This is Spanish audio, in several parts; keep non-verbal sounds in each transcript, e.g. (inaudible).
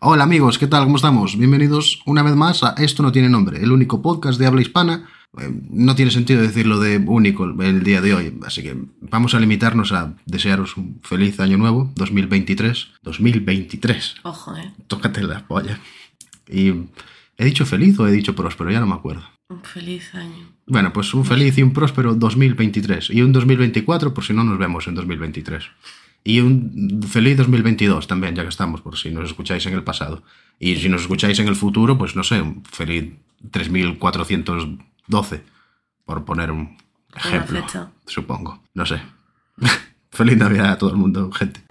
Hola amigos, ¿qué tal? ¿Cómo estamos? Bienvenidos una vez más a Esto no tiene nombre, el único podcast de habla hispana. Eh, No tiene sentido decirlo de único el día de hoy, así que vamos a limitarnos a desearos un feliz año nuevo, 2023. 2023, Ojo, eh. tócate la polla. Y he dicho feliz o he dicho próspero, ya no me acuerdo. Un feliz año. Bueno, pues un feliz y un próspero 2023. Y un 2024 por si no nos vemos en 2023. Y un feliz 2022 también, ya que estamos, por si nos escucháis en el pasado. Y si nos escucháis en el futuro, pues no sé, un feliz 3412, por poner un ejemplo, fecha. supongo. No sé. (laughs) feliz Navidad a todo el mundo, gente.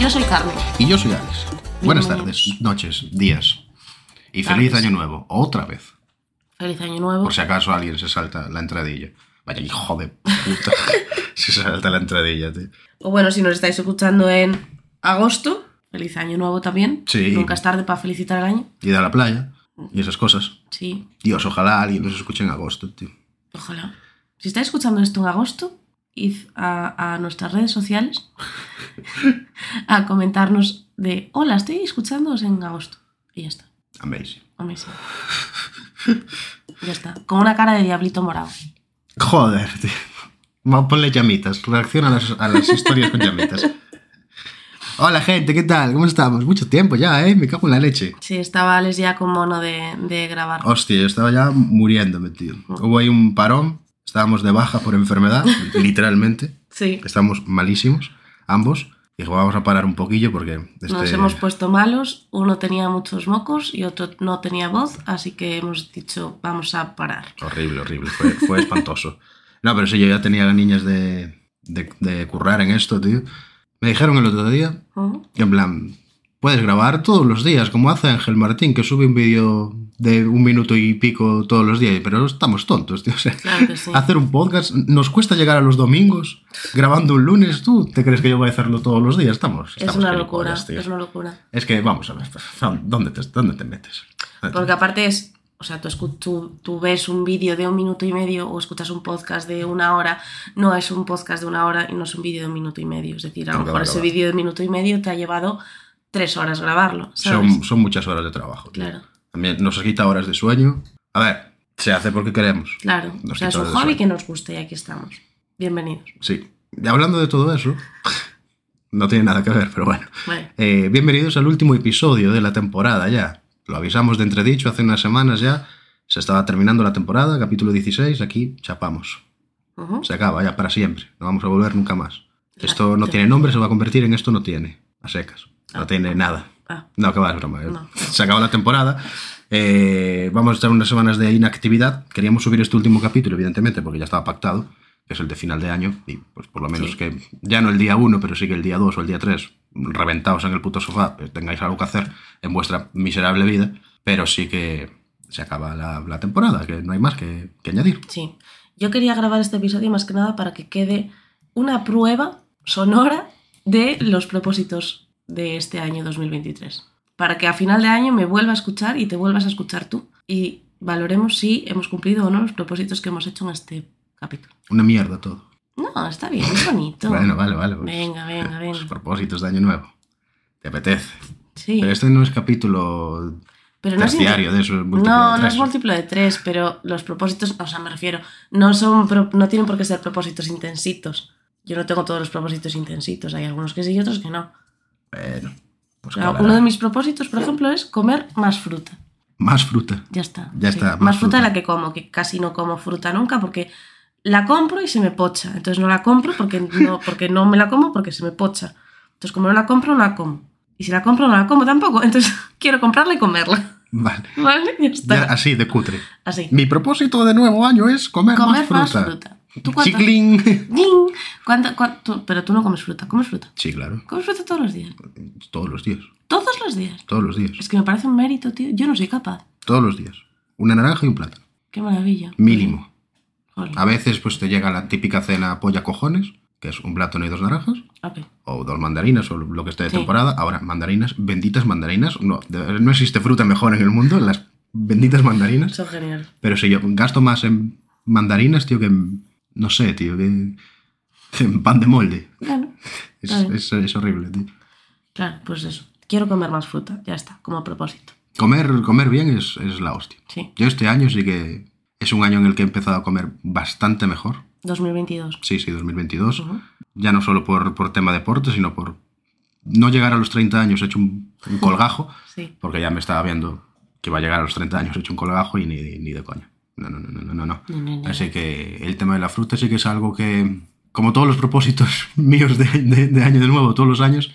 Yo soy Carmen. Y yo soy Alex. Buenas Bienvenidos. tardes, noches, días. Y feliz Tardes. año nuevo, otra vez. Feliz año nuevo. Por si acaso alguien se salta la entradilla. Vaya hijo de puta. se salta la entradilla, tío. O bueno, si nos estáis escuchando en agosto, feliz año nuevo también. Sí. Nunca es tarde para felicitar el año. Ir a la playa y esas cosas. Sí, Dios, ojalá alguien nos escuche en agosto, tío. ojalá. Si estáis escuchando esto en agosto, id a, a nuestras redes (laughs) sociales a comentarnos de hola, estoy escuchándoos en agosto. Y ya está. Amazing. Hombre, sí. Ya está. Con una cara de diablito morado. Joder, tío. Vamos a ponerle llamitas. Reacciona a las, a las historias con llamitas. Hola, gente, ¿qué tal? ¿Cómo estamos? Mucho tiempo ya, ¿eh? Me cago en la leche. Sí, estaba Alex ya con mono de, de grabar. Hostia, yo estaba ya muriéndome, tío. Hubo ahí un parón. Estábamos de baja por enfermedad, literalmente. Sí. Estamos malísimos, ambos. Dijo, vamos a parar un poquillo porque... Este... Nos hemos puesto malos, uno tenía muchos mocos y otro no tenía voz, así que hemos dicho vamos a parar. Horrible, horrible. Fue, (laughs) fue espantoso. No, pero sí, yo ya tenía las niñas de, de, de currar en esto, tío. Me dijeron el otro día, ¿Mm? en plan, puedes grabar todos los días, como hace Ángel Martín, que sube un vídeo de un minuto y pico todos los días. Pero estamos tontos, tío. O sea, Claro (laughs) que sí. hacer un podcast nos cuesta llegar a los domingos. Grabando un lunes, ¿tú te crees que yo voy a hacerlo todos los días? Estamos. es estamos una locura, gilipollas, tío. es una locura. Es que, vamos a ver, ¿dónde te, dónde te metes? Porque aparte es, o sea, tú, escu- tú, tú ves un vídeo de un minuto y medio o escuchas un podcast de una hora, no es un podcast de una hora y no es un vídeo de un minuto y medio. Es decir, a lo Nunca va mejor a ese acabar. vídeo de minuto y medio te ha llevado tres horas grabarlo, ¿sabes? son, son muchas horas de trabajo. tío. Claro, También nos quita horas de sueño. A ver, se hace porque queremos. claro. Nos o sea, es quita de un hobby sueño. que nos gusta y aquí estamos. Bienvenidos. Sí. Y hablando de todo eso, (laughs) no tiene nada que ver, pero bueno. Vale. Eh, bienvenidos al último episodio de la temporada ya. Lo avisamos de entredicho hace unas semanas ya. Se estaba terminando la temporada, capítulo 16, aquí chapamos. Ujú. Se acaba ya para siempre. No vamos a volver nunca más. Esto no Exacto. tiene nombre, se va a convertir en esto no tiene. A secas. No tiene nada. Ah, No, que va, es broma. eh. No. (laughs) Se acabó la temporada. Eh, vamos a estar unas semanas de inactividad. Queríamos subir este último capítulo, evidentemente, porque ya estaba pactado, que es el de final de año. Y pues por lo menos Sí. que ya no el día 1, pero sí que el día 2 o el día 3, reventados en el puto sofá, que tengáis algo que hacer en vuestra miserable vida. Pero sí que se acaba la, la temporada, que no hay más que, que añadir. Sí. Yo quería grabar este episodio más que nada para que quede una prueba sonora de los propósitos de este año 2023. Para que a final de año me vuelva a escuchar y te vuelvas a escuchar tú. Y valoremos si hemos cumplido o no los propósitos que hemos hecho en este capítulo. Una mierda todo. No, está bien, es bonito. Bueno, vale, vale. pues, venga, venga, los venga. propósitos de año nuevo. Te apetece. Sí. Pero este no es capítulo Pero no es terciario de esos múltiplo No, de no es tres. múltiplo de tres, pero los propósitos, o sea, me refiero, no son pro- no tienen por qué ser propósitos intensitos. Yo no tengo todos los propósitos intensitos, hay algunos que sí y otros que no. Bueno, pues O sea, calará. uno de mis propósitos, por ejemplo, es comer más fruta. Más fruta. Ya está. Ya está, Más, más fruta de fruta. la que como, que casi no como fruta nunca porque la compro y se me pocha. Entonces no la compro porque no, porque no me la como porque se me pocha. Entonces como no la compro, no la como. Y si la compro, no la como tampoco. Entonces (laughs) quiero comprarla y comerla. (laughs) Vale. ¿Vale? Ya Ya está. así de cutre. Así. Mi propósito de nuevo año es comer, Comer más Ah, más fruta. fruta. ¿Tú cuánto? Chiclin. ¡Ding! ¿Cuánto- cuánto- Pero tú no comes fruta, comes fruta. (laughs) Sí, claro. Comes fruta todos los días. Todos los días. Todos los días. Todos los días. Es que me parece un mérito, tío. Yo no soy capaz. Todos los días. Una naranja y un plátano. Qué maravilla. Mínimo. Jolín. A veces pues te llega la típica cena polla cojones, que es un plátano y dos naranjas. Ok. O dos mandarinas, o lo que esté de Sí. temporada. Ahora, mandarinas, benditas mandarinas. No, de- no existe fruta mejor en el mundo. Las benditas mandarinas. Son genial. Pero si yo gasto más en mandarinas, tío, que en. No sé, tío, que, (laughs) que en pan de molde. Bueno, Es, Está bien. es- es horrible, tío. claro, pues eso. Quiero comer más fruta, ya está, como a propósito. Comer, comer bien es, es la hostia. Sí, Yo este año sí que. Es un año en el que he empezado a comer bastante mejor. 2022. Sí, sí, 2022. Ujú. Ya no solo por, por tema deporte, sino por no llegar a los 30 años hecho un, un colgajo. Sí, Porque ya me estaba viendo que va a llegar a los 30 años hecho un colgajo y ni, ni de coña. No, no, no, no, no, no, no. No, no, no, Así que el tema de la fruta sí que es algo que, como todos los propósitos (laughs) míos de, de- de año de nuevo, todos los años,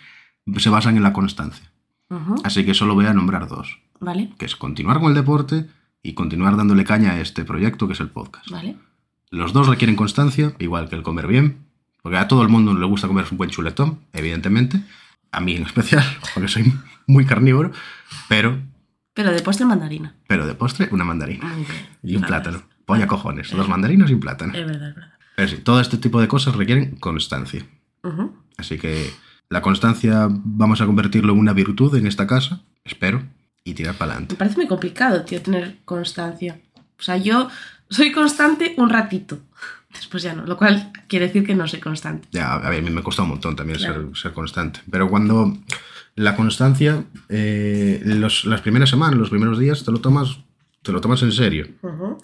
se basan en la constancia. Ujú. Así que solo voy a nombrar dos, vale, que es continuar con el deporte y continuar dándole caña a este proyecto que es el podcast. vale. Los dos requieren constancia, igual que el comer bien, porque a todo el mundo le gusta comer un buen chuletón, evidentemente, a mí en especial, (laughs) porque soy muy carnívoro, pero, Pero de postre mandarina. pero de postre una mandarina Muy bien. y un Vale. plátano. Polla cojones, dos mandarinos y un plátano. Es verdad, es verdad. Pero sí, todo este tipo de cosas requieren constancia. Ujú. Así que la constancia vamos a convertirlo en una virtud en esta casa, espero, y tirar para Me adelante. parece muy complicado, tío, tener constancia. O sea, yo soy constante un ratito. Después ya no, lo cual quiere decir que no soy constante. Ya, a ver, a mí me costó un montón también ser- Claro. ser, constante. Pero cuando la constancia, eh, los- las primeras semanas, los primeros días, te lo tomas, te lo tomas en serio. Ujú.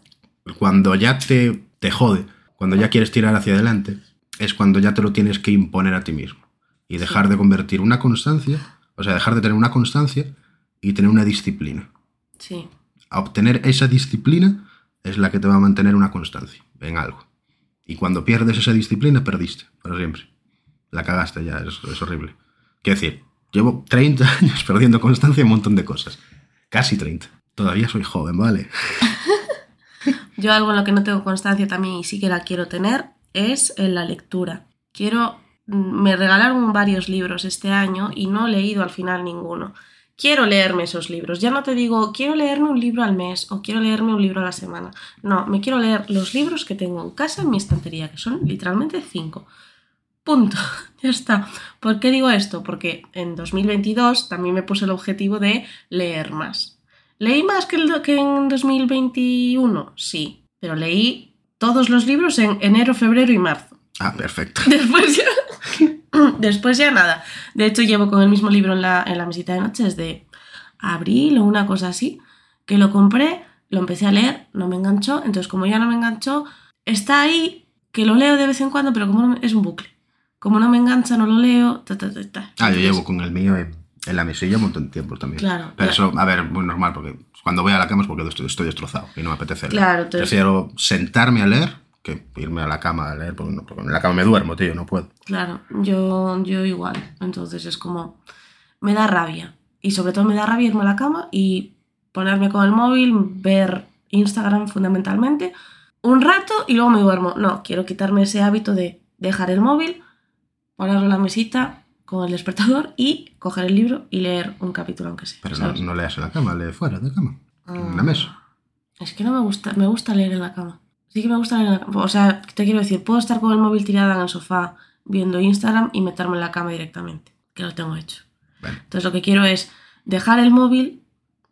Cuando ya te, te jode, cuando ya quieres tirar hacia adelante, es cuando ya te lo tienes que imponer a ti mismo. Y dejar de convertir una constancia, o sea, dejar de tener una constancia y tener una disciplina. Sí, a obtener esa disciplina es la que te va a mantener una constancia en algo. Y cuando pierdes esa disciplina, perdiste, para siempre. La cagaste ya, es, es horrible. Quiero decir, llevo 30 (laughs) años perdiendo constancia en un montón de cosas. Casi 30. Todavía soy joven, ¿vale? Yo algo en lo que no tengo constancia también y sí que la quiero tener es en la lectura. Quiero, mm, me regalaron varios libros este año y no he leído al final ninguno. Quiero leerme esos libros. Ya no te digo, quiero leerme un libro al mes o quiero leerme un libro a la semana. No, me quiero leer los libros que tengo en casa en mi estantería, que son literalmente cinco. Punto. (laughs) Ya está. ¿Por qué digo esto? Porque en 2022 también me puse el objetivo de leer más. ¿Leí más que, el- que en 2021? Sí, pero leí todos los libros en enero, febrero y marzo. (laughs) Ah, perfecto. Después ya, después ya (coughs) nada. De hecho, llevo con el mismo libro en la, en la mesita de noche desde abril o una cosa así, que lo compré, lo empecé a leer, no me enganchó. Entonces, como ya no me enganchó, está ahí, que lo leo de vez en cuando, pero como no- es un bucle. Como no me engancha, no lo leo. ta, ta, ta, ta. Ah, yo Entonces, llevo con el mío en, en la mesilla un montón de tiempo también. Claro, Pero claro. eso, a ver, muy normal, porque cuando voy a la cama es porque estoy, estoy destrozado y no me apetece leer. Claro, entonces- Prefiero sentarme a leer que irme a la cama a leer, porque, no- porque en la cama me duermo, tío, no puedo. Claro, yo, yo igual. Entonces es como, me da rabia. Y sobre todo me da rabia irme a la cama y ponerme con el móvil, ver Instagram fundamentalmente, un rato y luego me duermo. No, quiero quitarme ese hábito de dejar el móvil, ponerlo en la mesita con el despertador y coger el libro y leer un capítulo aunque sea. Pero no, ¿sabes? no leas en la cama, lee fuera de la cama. en la Mm. mesa. Es que no me gusta, me gusta leer en la cama. Sí que me gusta leer en la cama. O sea, te quiero decir, puedo estar con el móvil tirada en el sofá viendo Instagram y meterme en la cama directamente, que lo tengo hecho. Bueno, Entonces lo que quiero es dejar el móvil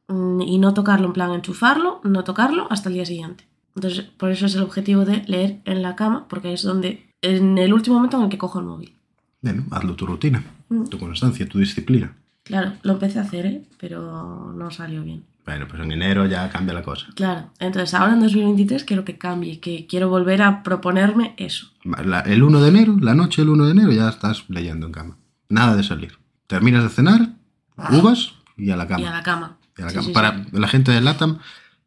mm, y no tocarlo, en plan enchufarlo, no tocarlo hasta el día siguiente. Entonces por eso es el objetivo de leer en la cama, porque es donde, en el último momento en el que cojo el móvil. bueno, hazlo tu rutina, Mm. tu constancia, tu disciplina. Claro, lo empecé a hacer, ¿eh? pero no salió bien. Bueno, pues en enero ya cambia la cosa. Claro, entonces ahora en 2023 quiero que cambie, que quiero volver a proponerme eso. La- el 1 de enero, la noche del 1 de enero, ya estás leyendo en cama. Nada de salir. Terminas de cenar, uvas y a la cama. Y a la cama. Y a la Sí, cama. sí, sí. Para la gente de LATAM,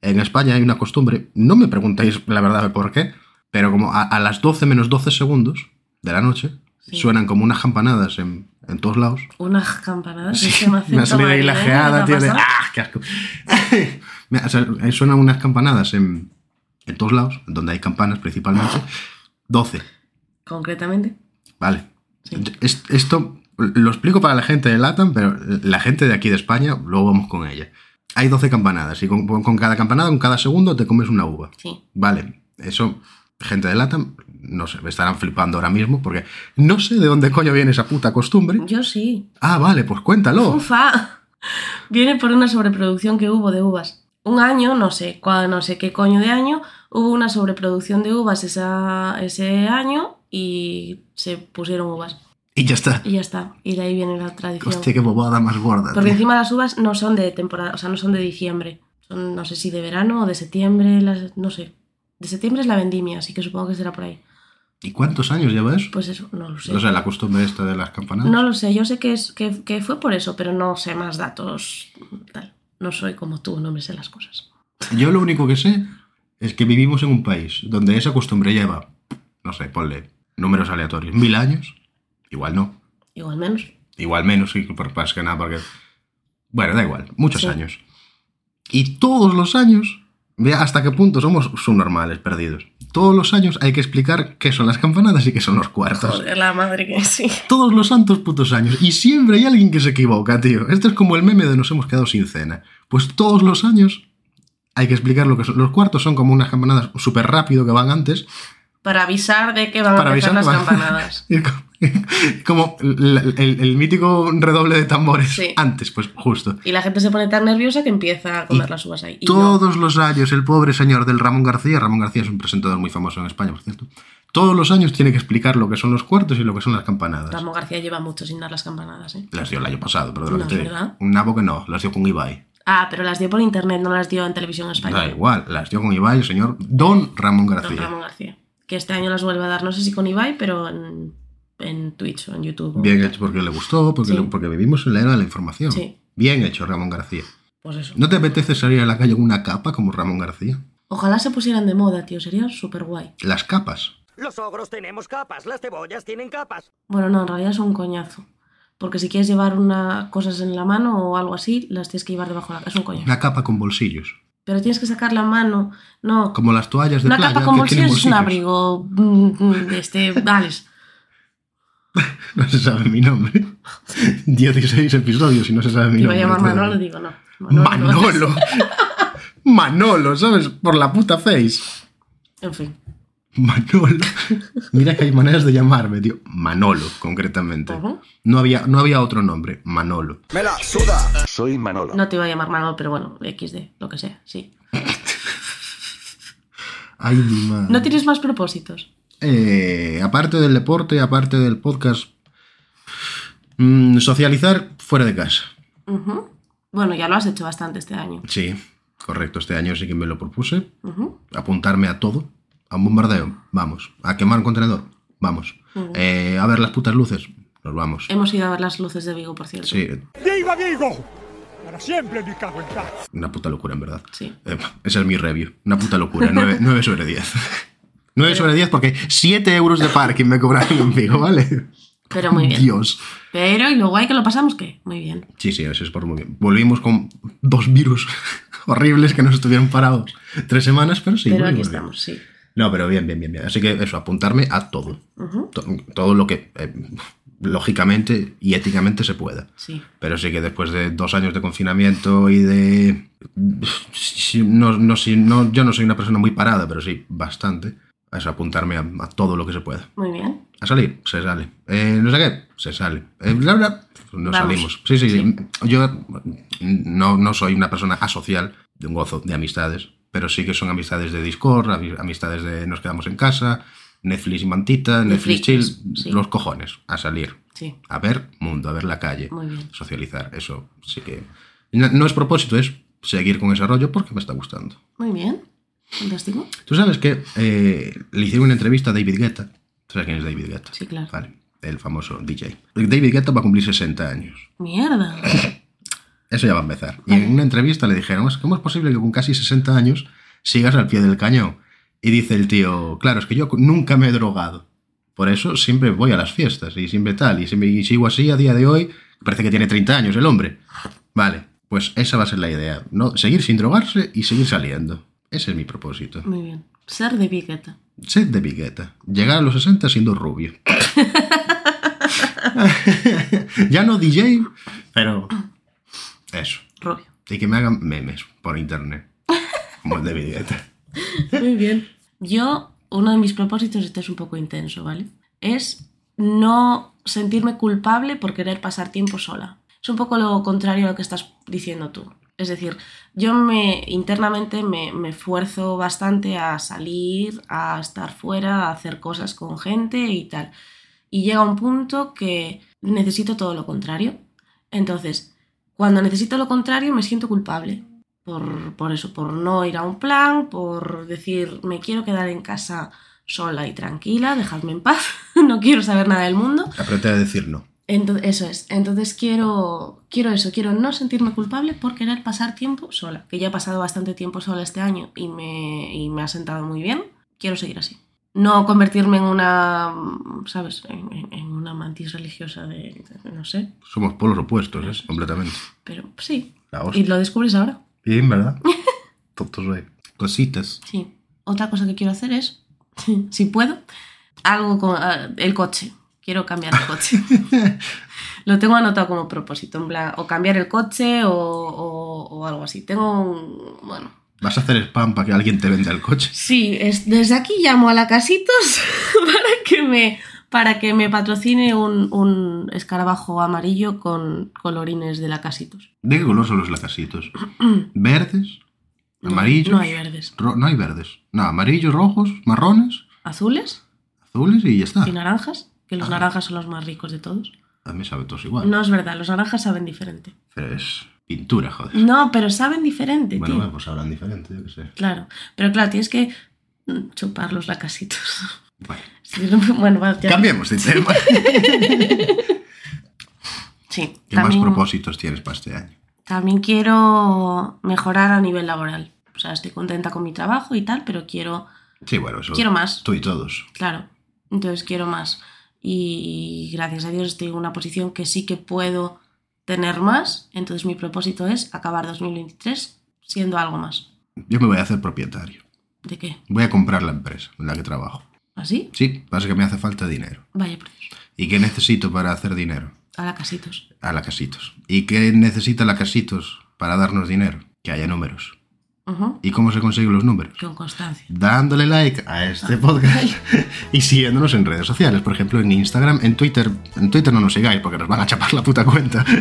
en España hay una costumbre, no me preguntéis la verdad de por qué, pero como a, a las 12 menos 12 segundos de la noche, Sí. suenan como unas campanadas en, en todos lados. Unas campanadas. este Sí, es que me ha acento salido ahí la madrileño, geada, ¿eh? ¿qué tío, te ha de pasado? ¡ah, qué asco! (laughs) Me ha sal- eh, suenan unas campanadas en, en todos lados, donde hay campanas principalmente. 12, Concretamente. vale. Sí. Es- esto lo explico para la gente de LATAM, pero la gente de aquí de España, luego vamos con ella. Hay 12 campanadas y con, con cada campanada, con cada segundo, te comes una uva. Sí. Vale, eso, gente de LATAM, no sé, me estarán flipando ahora mismo porque no sé de dónde coño viene esa puta costumbre. Yo sí. Ah, vale, pues cuéntalo. (laughs) Ufa. Viene por una sobreproducción que hubo de uvas. un año, no sé, cua- no sé qué coño de año, hubo una sobreproducción de uvas esa- ese año y se pusieron uvas. Y ya está. Y ya está. Y de ahí viene la tradición. Hostia, qué bobada más gorda. Porque tío. encima las uvas no son de temporada, o sea, no son de diciembre. Son, no sé si de verano o de septiembre, las, no sé. De septiembre es la vendimia, así que supongo que será por ahí. ¿Y cuántos años lleva eso? Pues eso, no lo sé. O sea, la costumbre esta de las campanadas. No lo sé, yo sé que, es, que, que fue por eso, pero no sé más datos. Tal. No soy como tú, no me sé las cosas. Yo lo único que sé es que vivimos en un país donde esa costumbre lleva, no sé, ponle números aleatorios, mil años. Igual no. Igual menos. Igual menos, y por- más que nada porque... Bueno, da igual, muchos Sí. años. Y todos los años, vea hasta qué punto somos subnormales, perdidos. Todos los años hay que explicar qué son las campanadas y qué son los cuartos. Joder, la madre que sí. Todos los santos putos años. Y siempre hay alguien que se equivoca, tío. Esto es como el meme de nos hemos quedado sin cena. Pues todos los años hay que explicar lo que son. Los cuartos son como unas campanadas súper rápido que van antes. Para avisar de que van Para a empezar las avisar que van- campanadas. Y es como- (laughs) Como el, el- el mítico redoble de tambores Sí. antes, pues justo. Y la gente se pone tan nerviosa que empieza a comer Y las uvas ahí. Y no. Todos los años el pobre señor del Ramón García, Ramón García es un presentador muy famoso en España, por cierto, todos los años tiene que explicar lo que son los cuartos y lo que son las campanadas. Ramón García lleva mucho sin dar las campanadas, ¿eh? Las dio el año pasado, pero de lo No, que te es digo. verdad. Un nabo que no, las dio con Ibai. Ah, pero las dio por internet, no las dio en televisión Da española. igual, las dio con Ibai el señor Don Ramón García. Don Ramón García. Que este año las vuelve a dar, no sé si con Ibai, pero en, en Twitch o en YouTube. o Bien tal. hecho porque le gustó, porque, Sí. le- porque vivimos en la era de la información. Sí. Bien hecho, Ramón García. Pues eso. ¿No te apetece salir a la calle con una capa como Ramón García? Ojalá se pusieran de moda, tío. Sería súper guay. Las capas. Los ogros tenemos capas, las cebollas tienen capas. Bueno, no, en realidad es un coñazo. Porque si quieres llevar una, cosas en la mano o algo así, las tienes que llevar debajo de la Es un coñazo. Una capa con bolsillos. Pero tienes que sacar la mano. No. Como las toallas de Una playa capa con que tienen bolsillos es un bolsillos. abrigo. mm, mm, de Este, (laughs) vales. No se sabe mi (laughs) nombre. 16 episodios y no se sabe mi Te iba a nombre. llamar todavía. Manolo, digo, no. no. (laughs) Manolo. Manolo, ¿sabes? Por la puta face. En fin, Manolo. Mira que hay maneras de llamarme, tío. Manolo, concretamente. Ujú. no, había, no había otro nombre, Manolo. Me la suda. Soy Manolo. no te iba a llamar Manolo, pero bueno, XD, lo que sea, sí. Ay, mi madre. ¿No tienes más propósitos? Eh, aparte del deporte, aparte del podcast, mm, socializar fuera de casa. Ujú. Bueno, ya lo has hecho bastante este año. Sí, correcto. Este año sí que me lo propuse. Ujú. Apuntarme a todo. A un bombardeo, vamos. A quemar un contenedor, vamos. Eh, a ver las putas luces, nos vamos. Hemos ido a ver las luces de Vigo, por cierto. Sí, ¡Viva Vigo! Para siempre me cago en paz. una puta locura, en verdad. Sí. Eh, ese es mi review. Una puta locura. (laughs) 9, sobre 10. 9 sobre 10 porque 7 euros de parking me cobraron en Vigo, ¿vale? Pero Ah, muy bien. Dios. Pero, ¿y lo guay que lo pasamos qué? Muy bien. Sí, sí, eso es por muy bien. Volvimos con dos virus (laughs) horribles que nos estuvieron parados tres semanas, pero sí. pero muy aquí bien. estamos, sí. No, pero bien, bien, bien, bien. Así que eso, apuntarme a todo. To- Todo lo que eh, lógicamente y éticamente se pueda. Sí. Pero sí que después de dos años de confinamiento y de... sí, No, no, sí, no- yo no soy una persona muy parada, pero sí, bastante. Es apuntarme a, a todo lo que se pueda. Muy bien. A salir, se sale. Eh, no sé qué, se sale. Eh, bla, bla, no Vamos. salimos. Sí, sí, Sí. sí. Yo no, no soy una persona asocial, de un gozo de amistades, pero sí que son amistades de Discord, ami- amistades de nos quedamos en casa, Netflix y mantita, Netflix chill, frikis, sí. los cojones, a salir, Sí. a ver mundo, a ver la calle, Muy bien. socializar, eso sí que... No, no es propósito, es seguir con ese rollo porque me está gustando. Muy bien. Fantástico. Tú sabes que eh, le hicieron una entrevista a David Guetta. ¿Tú sabes quién es David Guetta? Sí, claro. Vale, el famoso DJ. David Guetta va a cumplir 60 años. Mierda. Eso ya va a empezar. Y en una entrevista le dijeron, "Es- ¿cómo es posible que con casi 60 años sigas al pie del cañón? Y dice el tío, claro, es que yo nunca me he drogado. Por eso siempre voy a las fiestas y siempre tal. Y, siempre- y sigo así a día de hoy. Parece que tiene 30 años el hombre. Vale, pues esa va a ser la idea. ¿no? Seguir sin drogarse y seguir saliendo. Ese es mi propósito. Muy bien. Ser de piqueta. Sed de Vigueta. Llegar a los 60 siendo rubio. (laughs) ya no DJ, pero eso. Rubio. Y que me hagan memes por internet. Como el de Vigueta. Muy bien. Yo, uno de mis propósitos, este es un poco intenso, ¿vale? Es no sentirme culpable por querer pasar tiempo sola. Es un poco lo contrario a lo que estás diciendo tú. Es decir, yo me internamente me, me esfuerzo bastante a salir, a estar fuera, a hacer cosas con gente y tal. Y llega un punto que necesito todo lo contrario. Entonces, cuando necesito lo contrario me siento culpable. Por, por eso, por no ir a un plan, por decir, me quiero quedar en casa sola y tranquila, dejadme en paz, (laughs) no quiero saber nada del mundo. Aprender a decir no. Entonces, eso es. Entonces quiero, quiero eso, quiero no sentirme culpable por querer pasar tiempo sola, que ya he pasado bastante tiempo sola este año y me, y me ha sentado muy bien. Quiero seguir así. No convertirme en una, ¿sabes? En, en- en una mantis religiosa de, de- no sé, Somos polos opuestos, ¿eh? Completamente. pero sí. La hostia. Y lo descubres ahora. Bien, ¿verdad? Tontos, güey. Cositas. Sí. Otra cosa que quiero hacer es, (laughs) si puedo, algo con ah, el coche. Quiero cambiar (laughs) el coche. Lo tengo anotado como propósito, en plan, o cambiar el coche o, o- o algo así. Tengo un... Bueno. Vas a hacer spam para que alguien te venda el coche. Sí, es, desde aquí llamo a la Casitos (laughs) para que me, para que me patrocine un, un escarabajo amarillo con colorines de la Casitos. ¿De qué color son los lacasitos? ¿Verdes? ¿Amarillos? No, hay verdes. Ro- no hay verdes. No, amarillos, rojos, marrones, Azules azules y ya está. y naranjas, que los Ah. naranjas son los más ricos de todos. A mí sabe todos igual. No es verdad, los naranjas saben diferente. Pero es pintura, joder. No, pero saben diferente, bueno, tío. bueno, pues sabrán diferente, yo qué sé. Claro, pero claro, tienes que mm, chupar los lacasitos. (laughs) Bueno, Sí, no, bueno, va, ya. cambiemos de tema. (laughs) Sí, ¿Qué más también, propósitos tienes para este año? también quiero mejorar a nivel laboral. O sea, estoy contenta con mi trabajo y tal, pero quiero, Sí, bueno, eso. quiero más, Tú y todos. claro. Entonces quiero más. Y gracias a Dios estoy en una posición que sí que puedo tener más. Entonces mi propósito es acabar 2023 siendo algo más. Yo me voy a hacer propietario. ¿De qué? Voy a comprar la empresa en la que trabajo. ¿Así? Sí, pasa que me hace falta dinero. Vaya por Dios. ¿Y qué necesito para hacer dinero? A lacasitos. A la Casitos. ¿Y qué necesita la Casitos para darnos dinero? Que haya números. Ujú, ¿Y cómo se consiguen los números? Con constancia. Dándole like a este podcast (laughs) y siguiéndonos en redes sociales, por ejemplo en Instagram, en Twitter. En Twitter no nos sigáis porque nos van a chapar la puta cuenta. (laughs)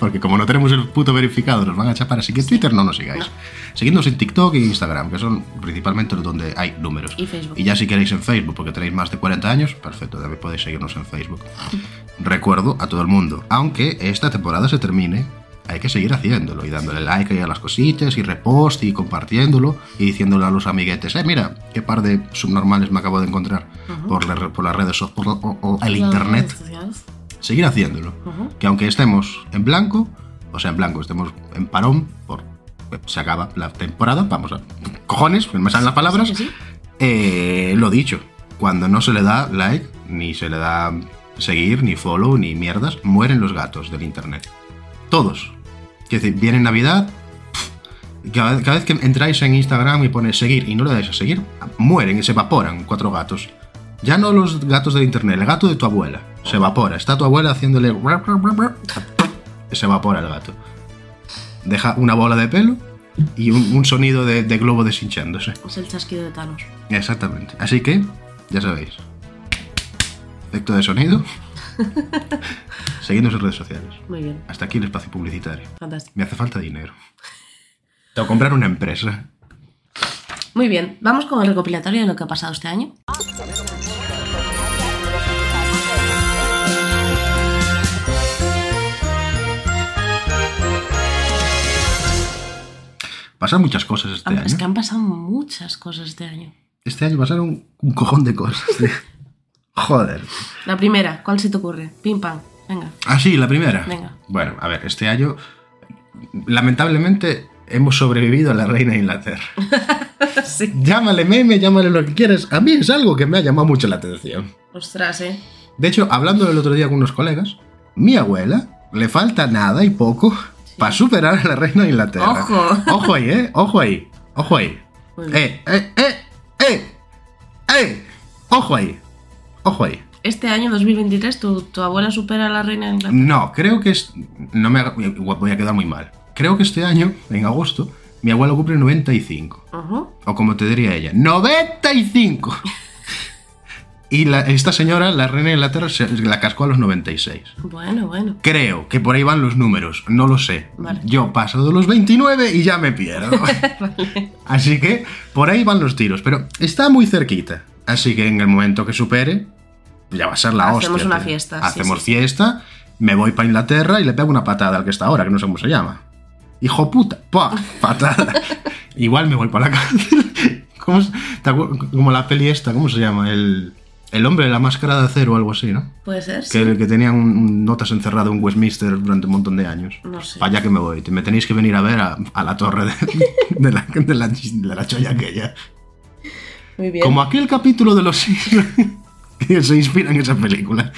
Porque como no tenemos el puto verificado, nos van a chapar, así que en Twitter no nos sigáis. Seguidnos en TikTok e Instagram, que son principalmente donde hay números. Y Facebook. Y ya si queréis en Facebook, porque tenéis más de 40 años, perfecto, también podéis seguirnos en Facebook. Recuerdo a todo el mundo, aunque esta temporada se termine, hay que seguir haciéndolo y dándole like a las cositas y repost y compartiéndolo y diciéndole a los amiguetes, eh, mira, qué par de subnormales me acabo de encontrar Ujú. por, la- por las redes so- por la- o, o el Las internet. redes sociales. Seguir haciéndolo. Ujú. Que aunque estemos en blanco, o sea, en blanco, estemos en parón, por, pues, se acaba la temporada, vamos a... Cojones, me salen las palabras. Sí, sí. Eh, lo dicho, cuando no se le da like, ni se le da seguir, ni follow, ni mierdas, mueren los gatos del internet. Todos. Quiero decir, viene Navidad, pff, cada, cada vez que entráis en Instagram y ponéis seguir y no le dais a seguir, mueren y se evaporan cuatro gatos. Ya no los gatos del internet, el gato de tu abuela. Se evapora. Está tu abuela haciéndole... guap, guap, guap, guap, Se evapora el gato. Deja una bola de pelo y un, un sonido de, de globo deshinchándose. Es Pues el chasquido de Thanos. Exactamente. Así que, ya sabéis. Efecto de (laughs) sonido. Seguidnos en redes sociales. Muy bien, Hasta aquí el espacio publicitario. fantástico. Me hace falta (laughs) dinero. Tengo que comprar una empresa. Muy bien, vamos con el recopilatorio de lo que ha pasado este año. Pasan muchas cosas este Han- año. Es que han pasado muchas cosas este año. Este año pasaron un cojón de cosas. (laughs) tío. Joder. La primera, ¿cuál se te ocurre? Pim pam, venga. Ah, sí, la primera. Venga. Bueno, a ver, este año, lamentablemente, hemos sobrevivido a la reina de Inglaterra. (laughs) sí. Llámale meme, llámale lo que quieras. A mí es algo que me ha llamado mucho la atención. Ostras, eh. De hecho, hablando el otro día con unos colegas, mi abuela le falta nada y poco para superar a la reina de Inglaterra. Ojo. Ojo ahí, eh. Ojo ahí. Ojo ahí. Muy bien. Eh, eh, eh, eh. Eh. Ojo ahí. Ojo ahí. Este año 2023, tu, tu abuela supera a la reina de Inglaterra. No, creo que es. No me haga- voy a quedar muy mal. Creo que este año, en agosto, mi abuela cumple 95. Ujú. (laughs) O como te diría ella, 95. Y la- esta señora, la reina de Inglaterra, se- la cascó a los 96. Bueno, bueno. Creo que por ahí van los números, no lo sé. Vale. Yo paso de los 29 y ya me (laughs) pierdo. Así que por ahí van los tiros, pero está muy cerquita. Así que en el momento que supere, ya va a ser la Hacemos hostia. una tío. fiesta, sí, Hacemos sí, sí. fiesta, me voy para Inglaterra y le pego una patada al que está ahora, que no sé cómo se llama. Hijo puta, (laughs) ¡pua! patada. Igual me voy para la cárcel. (laughs) ¿Cómo se- te acuer- como la peli esta, ¿cómo se llama? El, el hombre de la máscara de acero o algo así, ¿no? Puede ser. sí. Que, que tenían un- un- notas encerrado en Westminster durante un montón de años. No sé. Para allá que me voy. te- Me tenéis que venir a ver a, a la torre de, (laughs) de la, de, la, de la cholla aquella. Muy bien. Como aquel capítulo de los Simpsons (laughs) que se inspira en esa película.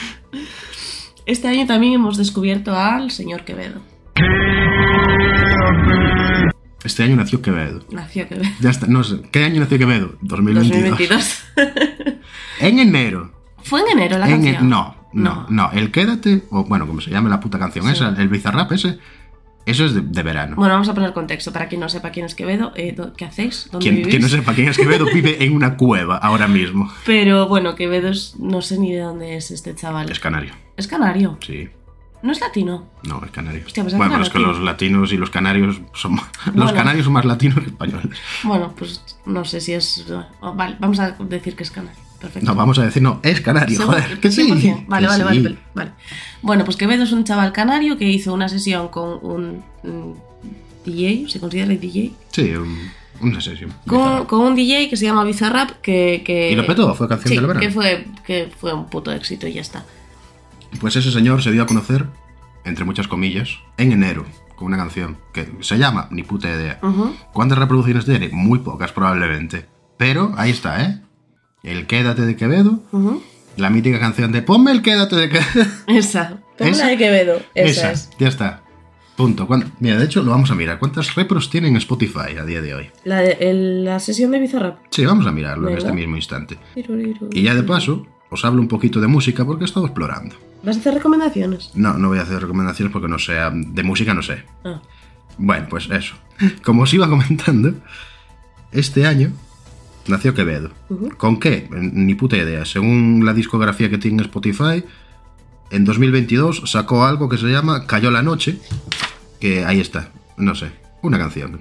Este año también hemos descubierto al señor Quevedo. Este año nació Quevedo. Nació Quevedo. Ya está, no sé. ¿Qué año nació Quevedo? 2022. 2022. En enero. (laughs) Fue en enero la En canción. en- no, no, no. El Quédate, o bueno, como se llame la puta canción esa, el bizarrap ese, eso es de, de verano. Bueno, vamos a poner contexto. Para quien no sepa quién es Quevedo, eh, do- ¿qué hacéis? ¿Dónde quien, vivís? quien no sepa quién es (laughs) Quevedo vive en una cueva ahora mismo. Pero bueno, Quevedo es- no sé ni de dónde es este chaval. Es canario, Es canario. sí. No es latino. No, es canario. Hostia, pues bueno, era es que latino. los latinos y los canarios son más- los Bueno. canarios son más latinos que españoles. Bueno, pues no sé si es. oh, vale, vamos a decir que es canario. Perfecto. No, vamos a decir, no, es canario, ¿Seguro? joder, que sí. 100%. que Vale, vale, vale, sí. vale, vale. Bueno, pues Quevedo es un chaval canario que hizo una sesión con un mm, DJ, ¿se considera el DJ? Sí, un- una sesión. Con, con un DJ que se llama Bizarrap que... que ¿Y lo petó? ¿Fue canción sí, del verano? que fue, que fue un puto éxito y ya está. Pues ese señor se dio a conocer, entre muchas comillas, en enero, con una canción que se llama Ni puta idea. Ujú. ¿Cuántas reproducciones tiene? Muy pocas, probablemente. Pero ahí está, ¿eh? El Quédate de Quevedo, Ujú. la mítica canción de Ponme el Quédate de Quevedo. Esa. Ponme Esa- la de Quevedo. Esa, Esa, es. ya está. Punto. Cuan- Mira, de hecho, lo vamos a mirar. ¿Cuántas repros tienen Spotify a día de hoy? La, de- el- la sesión de Bizarrap. Sí, vamos a mirarlo en ¿Verdad? este mismo instante. Y ya de paso, os hablo un poquito de música porque he estado explorando. ¿Vas a hacer recomendaciones? No, no voy a hacer recomendaciones porque no sea de música, no sé. Ah. Bueno, pues eso. Como os iba comentando, este año nació Quevedo. Ujú. ¿Con qué? Ni puta idea. Según la discografía que tiene Spotify, en 2022 sacó algo que se llama Cayó la noche, que ahí está, no sé, una canción.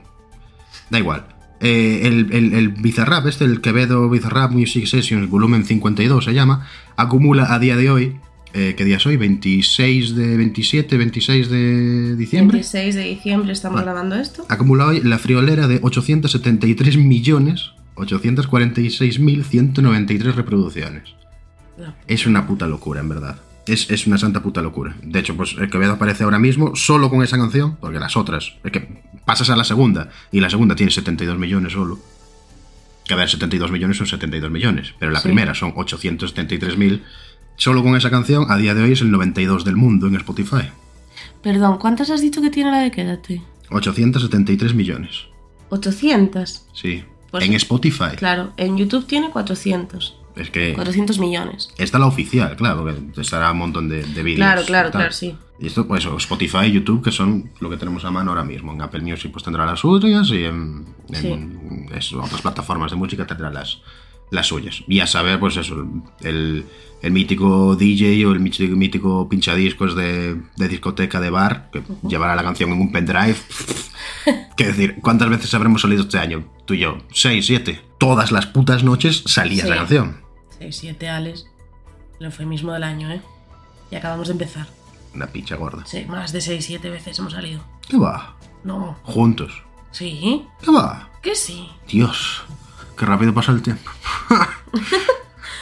Da igual. Eh, el, el, el Bizarrap, este, el Quevedo Bizarrap Music Sessions, volumen 52 se llama, acumula a día de hoy, eh, ¿qué día es hoy? 26 de 27, 26 de diciembre. 26 de diciembre estamos Vale. grabando esto. Acumula hoy la friolera de 873 millones 846.193 reproducciones. No. Es una puta locura, en verdad. Es, es una santa puta locura. De hecho, pues el Quevedo aparece ahora mismo solo con esa canción, porque las otras, es que pasas a la segunda, y la segunda tiene 72 millones solo. Que a ver, 72 millones son 72 millones, pero la Sí. primera son 873.000. Solo con esa canción, a día de hoy es el 92 del mundo en Spotify. Perdón, ¿cuántas has dicho que tiene la de Quédate? 873 millones. 800. Sí. Pues- en Spotify. Claro, en YouTube tiene 400. Es que 400 millones. está la oficial, claro, que estará un montón de, de vídeos. Claro, claro, y tal. claro, sí. Y esto, pues, o Spotify y YouTube, que son lo que tenemos a mano ahora mismo. En Apple Music, pues tendrá las suyas y en, en eso, otras plataformas de música tendrá las, las suyas. Y a saber, pues, eso, el, el mítico DJ o el mítico, mítico pinchadiscos de, de discoteca de bar, que llevará la canción en un (laughs) pendrive. que decir, ¿cuántas veces habremos salido este año? Tú y yo, seis, siete. Todas las putas noches salía Sí. la canción. 6, 7 Alex. El eufemismo del año, ¿eh? Y acabamos de empezar. Una pincha gorda. Sí, más de 6, 7 veces hemos salido. ¿Qué va? No. Juntos. ¿Sí? ¿Qué va? Que sí. Dios, qué rápido pasa el tiempo.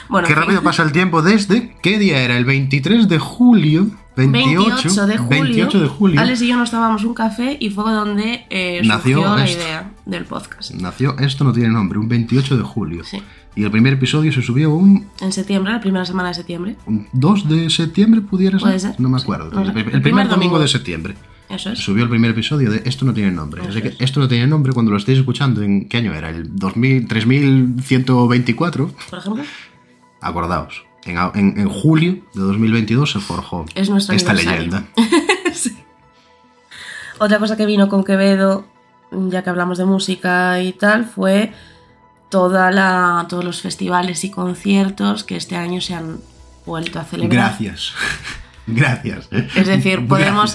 Bueno, Qué en fin. rápido pasa el tiempo desde qué día era el 23 de julio, 28, 28 de julio. 28 de julio, Alex y yo nos tomábamos un café y fue donde eh, Nació surgió la esto. idea del podcast. nació esto no tiene nombre, un 28 de julio. Sí. Y el primer episodio se subió un, En septiembre, la primera semana de septiembre. un 2 de septiembre, pudiera ser. Puede ser, No me sí. acuerdo. No sé. El, pri- el El primer, primer domingo, domingo. de septiembre. Eso Se es. subió el primer episodio de Esto no tiene nombre. Eso Así que es. esto no tiene nombre cuando lo estéis escuchando. ¿En qué año era? ¿El 2000, 3124? Por ejemplo, Acordaos. En, en- en julio de 2022 se forjó Es nuestro esta aniversario. (laughs) leyenda. otra cosa que vino con Quevedo, ya que hablamos de música y tal, fue toda la, todos los festivales y conciertos que este año se han vuelto a celebrar. Gracias. (laughs) gracias. ¿eh? (laughs) Es decir, podemos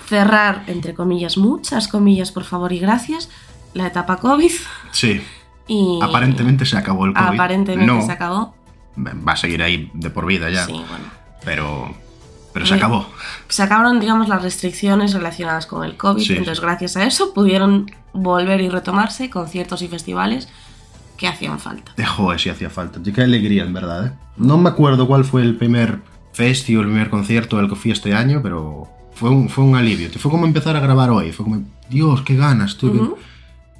Gracias. cerrar, entre comillas, muchas comillas, por favor y gracias, la etapa COVID. Sí. Y Aparentemente se acabó el COVID. aparentemente no, se acabó. Va a seguir ahí de por vida ya. Sí, bueno. Pero. Pero se Re- acabó. Se acabaron, digamos, las restricciones relacionadas con el COVID. Sí. Entonces, gracias a eso, pudieron volver y retomarse conciertos y festivales que hacían falta. Joder, si hacía falta. Tío, Qué alegría, en verdad. ¿eh? No me acuerdo cuál fue el primer festival, el primer concierto al que fui este año, pero fue un, fue un alivio. Te fue como empezar a grabar hoy. Fue como, Dios, qué ganas, tú. Ujú.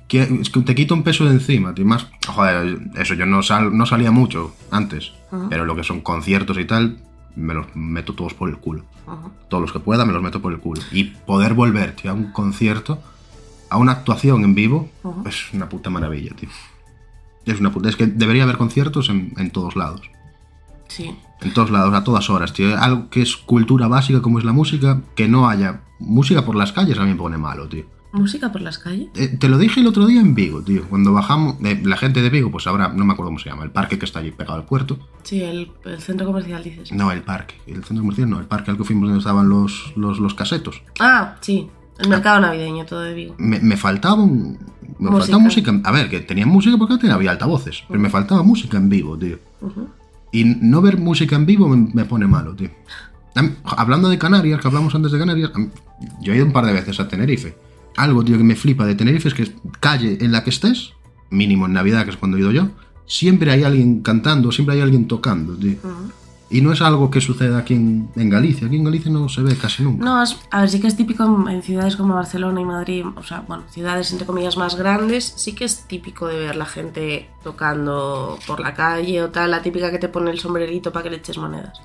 que, es que te quita un peso de encima. Tío. Más, joder, eso yo no, sal, no salía mucho antes, Ujú. pero lo que son conciertos y tal, me los meto todos por el culo. Ujú. Todos los que pueda me los meto por el culo. Y poder volver, tío, a un concierto, a una actuación en vivo, Ujú. es una puta maravilla, tío. Es una puta. Es que debería haber conciertos en, en todos lados. Sí. En todos lados, a todas horas, tío. Algo que es cultura básica como es la música, que no haya música por las calles a mí me pone malo, tío. ¿Música por las calles? Eh, te lo dije el otro día en Vigo, tío. Cuando bajamos, eh, la gente de Vigo, pues ahora, no me acuerdo cómo se llama, el parque que está allí pegado al puerto. Sí, el, el centro comercial dices. No, el parque, el centro comercial, no, el parque al que fuimos donde estaban los, los, los casetos. Ah, sí. El mercado navideño, todo de Vigo. Me, me faltaba un- Me Música. faltaba música. A ver, que tenía música porque tenía, había altavoces, pero me faltaba música en vivo, tío. Ujú. Y no ver música en vivo me, me pone malo, tío. A mí- Hablando de Canarias, que hablamos antes de Canarias, a mí- yo he ido un par de veces a Tenerife. Algo, tío, que me flipa de Tenerife es que calle en la que estés, mínimo en Navidad, que es cuando he ido yo, siempre hay alguien cantando, siempre hay alguien tocando, tío. Ujú. Y no es algo que suceda aquí en, en Galicia. Aquí en Galicia no se ve casi nunca. No, es- a ver, sí que es típico en, en ciudades como Barcelona y Madrid, o sea, bueno, ciudades entre comillas más grandes, sí que es típico de ver la gente tocando por la calle o tal, la típica que te pone el sombrerito para que le eches monedas.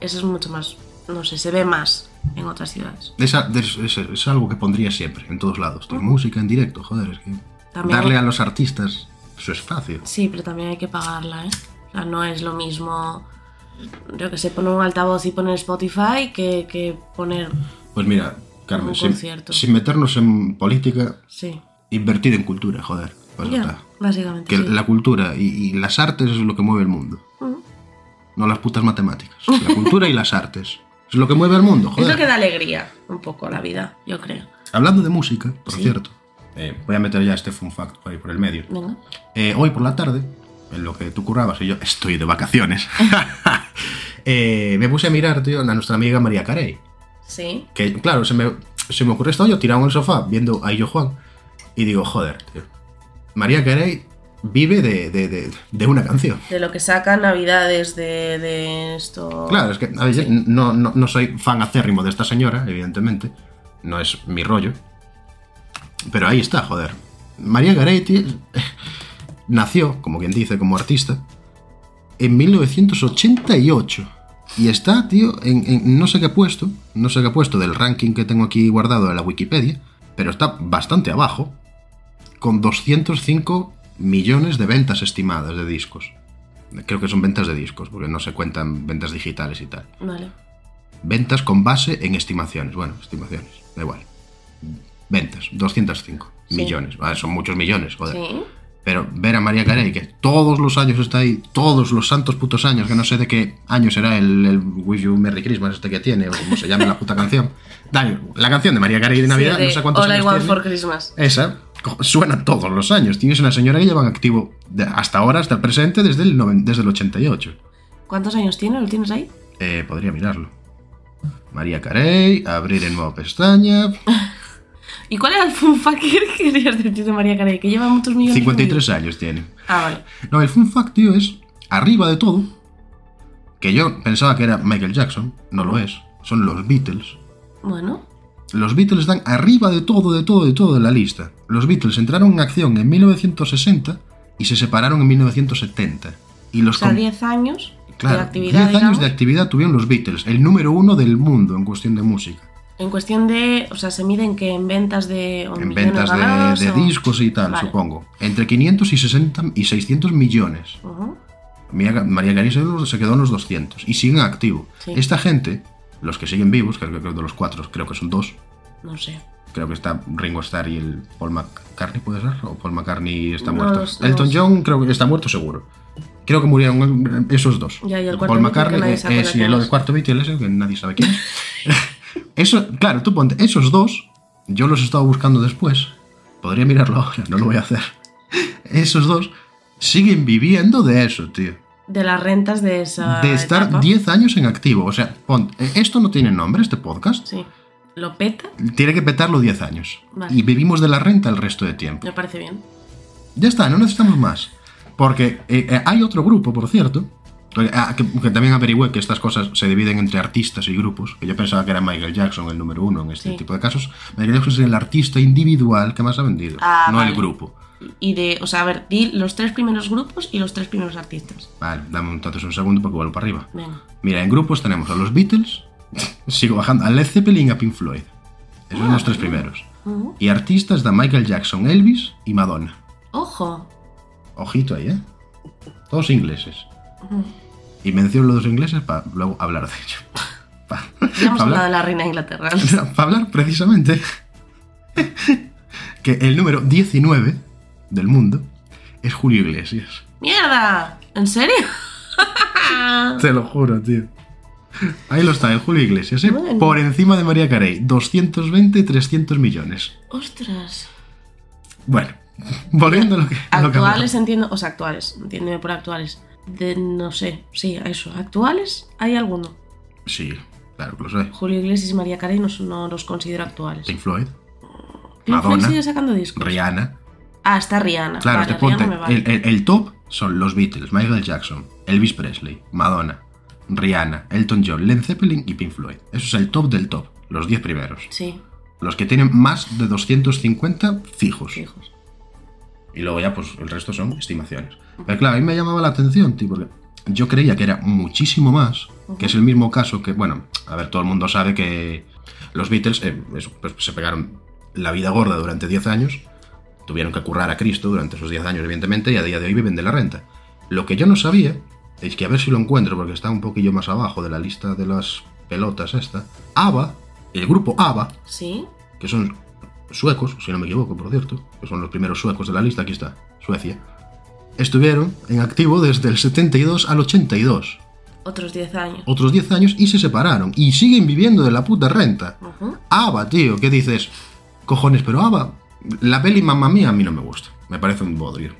Eso es mucho más, no sé, se ve más en otras ciudades. Es, a- es- es- es algo que pondría siempre, en todos lados. tío. Música en directo, joder, es que También- darle a los artistas su espacio. Sí, pero también hay que pagarla, ¿eh? O sea, no es lo mismo, yo que sé, poner un altavoz y poner Spotify que, que poner, Pues mira, Carmen, Un sin, concierto. sin meternos en política, sí, invertir en cultura, joder. Pues ya ya, está. básicamente. Que sí. la cultura y, y las artes es lo que mueve el mundo. Ujú. No las putas matemáticas. La cultura y las artes. Es lo que mueve el mundo, (laughs) Es joder. lo que da alegría un poco a la vida, yo creo. Hablando de música, por Sí. cierto. eh, voy a meter ya este fun fact por ahí por el medio. Venga. Eh, hoy por la tarde, en lo que tú currabas y yo estoy de vacaciones, (laughs) eh, me puse a mirar, tío, a nuestra amiga María Carey. Sí. Que claro, se me, se me ocurrió esto yo tirado en el sofá viendo a Yo Juan. Y digo, joder, tío. María Carey vive de, de- de- de una canción. De lo que saca Navidades de, de esto. Claro, es que a ver, yo no, no- no soy fan acérrimo de esta señora, evidentemente. No es mi rollo. Pero ahí está, joder. María Carey tío, (laughs) nació, como quien dice, como artista, en 1988. Y está, tío, en, en no sé qué puesto, no sé qué puesto del ranking que tengo aquí guardado de la Wikipedia, pero está bastante abajo, con 205 millones de ventas estimadas de discos. Creo que son ventas de discos, porque no se cuentan ventas digitales y tal. Vale. Ventas con base en estimaciones. Bueno, estimaciones, da igual. Ventas, 205 Sí. millones. Vale, son muchos millones, joder. Sí. Pero ver a María Carey, que todos los años está ahí, todos los santos putos años, que no sé de qué año será el, el Wish You Merry Christmas este que tiene, o como se llama la puta (laughs) canción. Daniel, la canción de María Carey de Navidad, Sí, de no sé cuántos All I años Want tiene. for Christmas. Esa co- suena todos los años. Tienes una señora que lleva en activo de- hasta ahora, hasta el presente, desde el, noven- desde el 88. ¿Cuántos años tiene? ¿Lo tienes ahí? Eh, podría mirarlo. María Carey, abrir en nueva pestaña. ¿Y cuál era el fun fact (laughs) que querías decir de María Carey? Que lleva muchos millones. de 53 años tiene. views. Ah, vale. No, el fun fact, tío, es arriba de todo. Que yo pensaba que era Michael Jackson, no lo es. Son los Beatles. Bueno. Los Beatles están arriba de todo, de todo, de todo de la lista. Los Beatles entraron en acción en 1960 y se separaron en 1970. Y O los sea, con- 10 años de claro, actividad. 10 años digamos. de actividad tuvieron los Beatles, el número uno del mundo en cuestión de música. En cuestión de. O sea, se miden que en ventas de. o en millones ventas ganados de, de o- discos y tal, Vale. supongo. Entre 500 y 60 y 600 millones. Ujú. Mira, María Carey se se quedó en los 200 y siguen activo. Sí. Esta gente, los que siguen vivos, que creo que de los cuatro, creo que son dos, No sé. Creo que está Ringo Starr y el Paul McCartney, ¿puede ser? ¿O Paul McCartney está No, muerto? los- Elton los- John creo que está muerto seguro. Creo que murieron esos dos. Ya, y el cuarto Paul Beatle que McCartney eh, nadie se acuerda es, y quién el es. el cuarto Beatle ese que nadie sabe quién (laughs) es. Eso, claro, tú ponte, esos dos, yo los he estado buscando después. Podría mirarlo ahora, no lo voy a hacer. Esos dos siguen viviendo de eso, tío. De las rentas de esa. De estar etapa. 10 años en activo. O sea, pon- eh, esto no tiene nombre, este podcast. Sí. Lo peta, Tiene que petarlo 10 años. Vale. Y vivimos de la renta el resto de tiempo. me parece bien. Ya está, no necesitamos más. Porque eh, eh, hay otro grupo, por cierto. porque, ah, Que, que también averigüé que estas cosas se dividen entre artistas y grupos. Que yo pensaba que era Michael Jackson el número uno en este Sí. tipo de casos. Michael Jackson es el artista individual que más ha vendido, Ah, no el vale. grupo. Y de, o sea, a ver, di los tres primeros grupos y los tres primeros artistas. Vale, dame entonces un segundo porque vuelvo para arriba. Venga. Mira, en grupos tenemos a los Beatles, (laughs) sigo bajando, a Led Zeppelin y a Pink Floyd. Esos son los tres primeros. Ujú. Y artistas da Michael Jackson, Elvis y Madonna. Ojo. Ojito ahí, ¿eh? Todos ingleses. Y menciono los dos ingleses para luego hablar de ello. (laughs) Para (laughs) Ya hemos hablado de hablar, la reina de Inglaterra. (laughs) pa hablar precisamente (laughs) que el número 19 del mundo es Julio Iglesias. ¡Mierda! ¿En serio? Ah. Te lo juro, tío. Ahí lo está, el Julio Iglesias, ¿eh? Bueno. Por encima de María Carey, 220, 300 millones. Ostras. Bueno, volviendo a lo que... a lo que Actuales hablaba. entiendo, o sea, actuales, entiéndeme por actuales. De, no sé, sí, a eso. Actuales hay alguno. Sí, claro que lo sé. Julio Iglesias y María Carey no, son- no los considero actuales. Pink Floyd, Pink Floyd Madonna, sigue sacando discos. Rihanna... Ah, está Rihanna. Claro, Vale, te ponte. Rihanna me vale. el, el- el top son los Beatles, Michael Jackson, Elvis Presley, Madonna, Rihanna, Elton John, Led Zeppelin y Pink Floyd. Eso es el top del top, los 10 primeros. Sí, Los que tienen más de 250 fijos. hijos. Y luego ya, pues el resto son estimaciones. Pero claro, a mí me llamaba la atención, tío, porque yo creía que era muchísimo más, que es el mismo caso que, bueno, a ver, todo el mundo sabe que los Beatles eh, eso, pues, se pegaron la vida gorda durante 10 años, tuvieron que currar a Cristo durante esos 10 años, evidentemente, y a día de hoy viven de la renta. Lo que yo no sabía es que, a ver si lo encuentro, porque está un poquillo más abajo de la lista de las pelotas esta, ABBA, el grupo ABBA, Sí, que son suecos, si no me equivoco, por cierto, que son los primeros suecos de la lista, aquí está, Suecia, estuvieron en activo desde el 72 al 82, otros 10 años. otros 10 años y se separaron, y siguen viviendo de la puta renta. Ujú. Ava, tío, ¿qué dices? Cojones, pero Ava, la peli Mamma Mía a mí no me gusta, me parece un bodrio.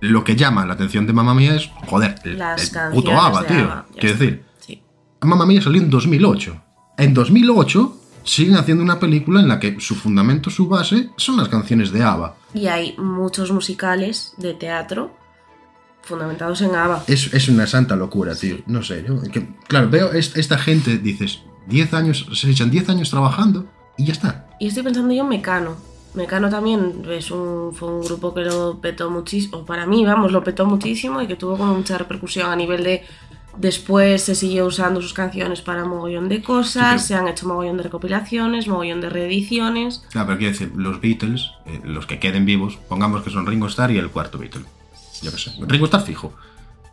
Lo que llama la atención de Mamma Mía es, joder, el, Las el canciones puto Ava, de tío. ABBA, ya Quiero está. decir, Sí. Mamma Mía salió en 2008. En 2008 siguen haciendo una película en la que su fundamento, su base, son las canciones de ABBA. Y hay muchos musicales de teatro fundamentados en ABBA. Es, es una santa locura, tío. No sé, yo... que- claro, veo est- esta gente, dices, 10 años, se echan 10 años trabajando y ya está. Y estoy pensando yo en Mecano. Mecano también es un, fue un grupo que lo petó muchísimo, o para mí, vamos, lo petó muchísimo y que tuvo como mucha repercusión a nivel de... Después se siguió usando sus canciones para mogollón de cosas, Sí, se han hecho mogollón de recopilaciones, mogollón de reediciones. Claro, pero quiero decir, los Beatles, eh, los que queden vivos, pongamos que son Ringo Starr y el cuarto Beatle. Yo qué sé. Ringo Starr fijo.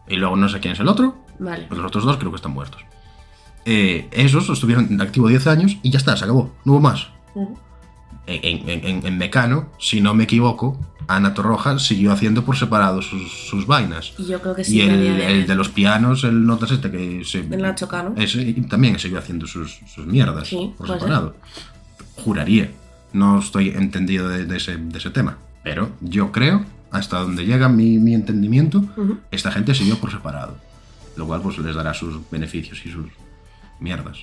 Y luego no sé quién es el otro, Vale. Pues los otros dos creo que están muertos. Eh, esos estuvieron en activo 10 años y ya está, se acabó. No hubo más. Ujú. En, en- en- en Mecano, si no me equivoco, Ana Torroja siguió haciendo por separado sus, sus vainas. Y yo creo que sí. Y que a el, día de el hoy- de los pianos, el notas este que se. El Nacho Cano. Ese y también siguió haciendo sus, sus mierdas Sí, por puede separado. Juraría. No estoy entendido de, de ese, de ese tema. Pero yo creo, hasta donde llega mi, mi entendimiento, Ujú. esta gente siguió por separado. Lo cual pues les dará sus beneficios y sus mierdas.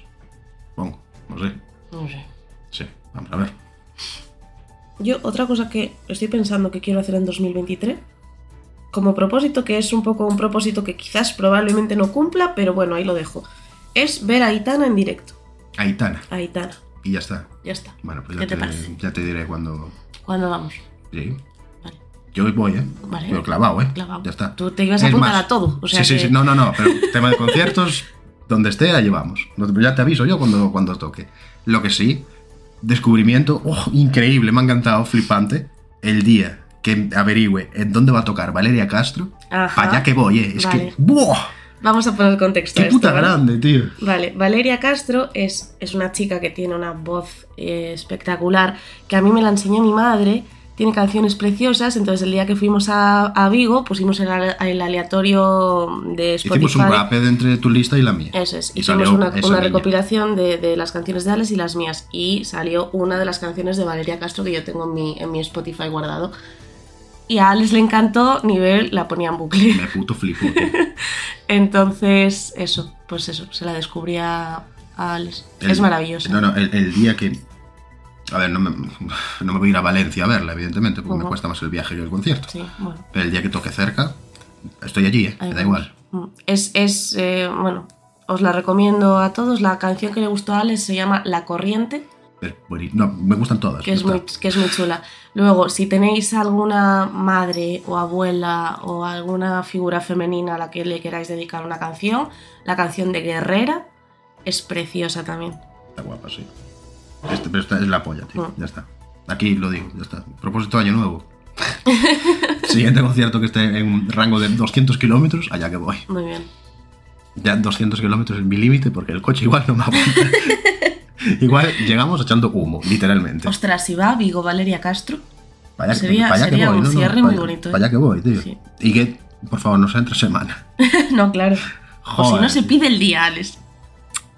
Supongo, no sé. No sé. Sí, vamos a ver. Yo otra cosa que estoy pensando que quiero hacer en 2023, como propósito, que es un poco un propósito que quizás probablemente no cumpla, pero bueno, ahí lo dejo, es ver a Aitana en directo. Aitana. A Aitana, Y ya está. ya está. Bueno, pues ya ¿Qué te te, parece? ya te diré cuando... ¿Cuándo vamos? Sí. Vale. Yo hoy voy, ¿eh? Vale. Pero clavado, ¿eh? Clavado. Ya está. Tú te ibas a apuntar a todo, o sea sí, sí, que- sí. No, no, no. Pero (laughs) tema de conciertos, donde esté, la llevamos. No te- Ya te aviso yo cuando, cuando toque. Lo que sí, descubrimiento, oh, increíble, me ha encantado, flipante. El día que averigüe en dónde va a tocar Valeria Castro, Ajá. para allá que voy, ¿eh? Es Vale. que... ¡Buah! Vamos a poner contexto. Qué a esto, puta ¿vale? grande, tío. Vale, Valeria Castro es, es una chica que tiene una voz eh, espectacular, que a mí me la enseñó mi madre, tiene canciones preciosas, entonces el día que fuimos a, a Vigo pusimos el, ale- el aleatorio de Spotify. Eh. Hicimos un rap de entre tu lista y la mía. Eso es, Y hicimos salió una, esa una niña. recopilación de, de las canciones de Alex y las mías, y salió una de las canciones de Valeria Castro que yo tengo en mi, en mi Spotify guardado. Y a Alex le encantó, nivel la ponía en bucle. Me puto flipo, tío. Entonces, eso, pues eso, se la descubrí a, a Alex. El- es maravilloso. No, no, el, el día que. A ver, no me, no me voy a ir a Valencia a verla, evidentemente, porque me Ujú. cuesta más el viaje que el concierto. Sí, bueno. Pero el día que toque cerca, estoy allí, ¿eh? ahí Me da vamos. igual. Mm. Es, es eh, bueno, os la recomiendo a todos. La canción que le gustó a Alex se llama La Corriente, Pero, bueno, no, me gustan todas. que es, ya muy, está. que es muy chula. Luego, si tenéis alguna madre o abuela o alguna figura femenina a la que le queráis dedicar una canción, la canción de Guerrera es preciosa también. Está guapa, sí. Este- pero esta es la polla, tío. Mm. Ya está. Aquí lo digo, ya está. Propósito de año nuevo. (laughs) Siguiente concierto que esté en un rango de 200 kilómetros, allá que voy. Muy bien. Ya 200 kilómetros es mi límite porque el coche igual no me (laughs) aguanta. igual llegamos echando humo, literalmente. Ostras, si va Vigo Valeria Castro. (laughs) Vaya, Sería- vaya sería un no, no, cierre muy vaya- bonito, ¿eh? Vaya que voy, tío. Sí. Y que, por favor, no sea entre semana. no, claro. O si Joder, no se tío. pide el día, Alex.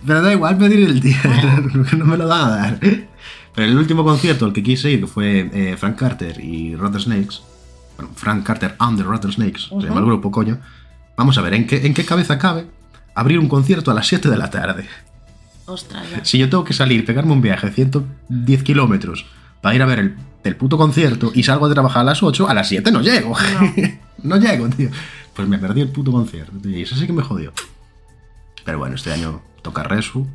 Pero da igual pedir el día, Ah. que no me (laughs) lo van a dar. Pero el último concierto al que quise ir, que fue eh, Frank Carter y Rattlesnakes, bueno, Frank Carter and the Rattlesnakes, Ujú. se llama el grupo, coño. Vamos a ver, ¿en qué, ¿en qué cabeza cabe abrir un concierto a las 7 de la tarde? Ostras, ya. Si yo tengo que salir, pegarme un viaje de 110 kilómetros para ir a ver el, el puto concierto y salgo de trabajar a las 8, a las 7 no llego. (laughs) No, llego, tío. Pues me perdí el puto concierto, tío, y eso sí que me jodió. Pero bueno, este año toca Resu,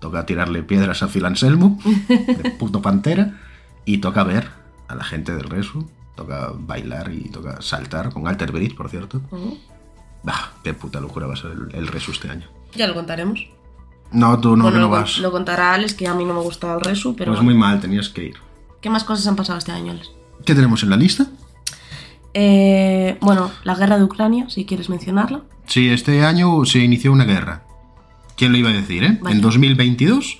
toca tirarle piedras a Phil Anselmo, de puto pantera, y toca ver a la gente del Resu, toca bailar y toca saltar con Alter Bridge, por cierto. Ujú. Bah, qué puta locura va a ser el, el Resu este año. Ya lo contaremos. No, tú no, Bueno, que no lo, con- vas. lo contará Alex, que a mí no me gustaba el resu, pero Pues muy bueno. mal, tenías que ir. ¿qué más cosas han pasado este año, Alex? ¿Qué tenemos en la lista? Eh, bueno, la guerra de Ucrania, si quieres mencionarla. Sí, este año se inició una guerra. ¿Quién lo iba a decir, eh? Vaya. En 2022,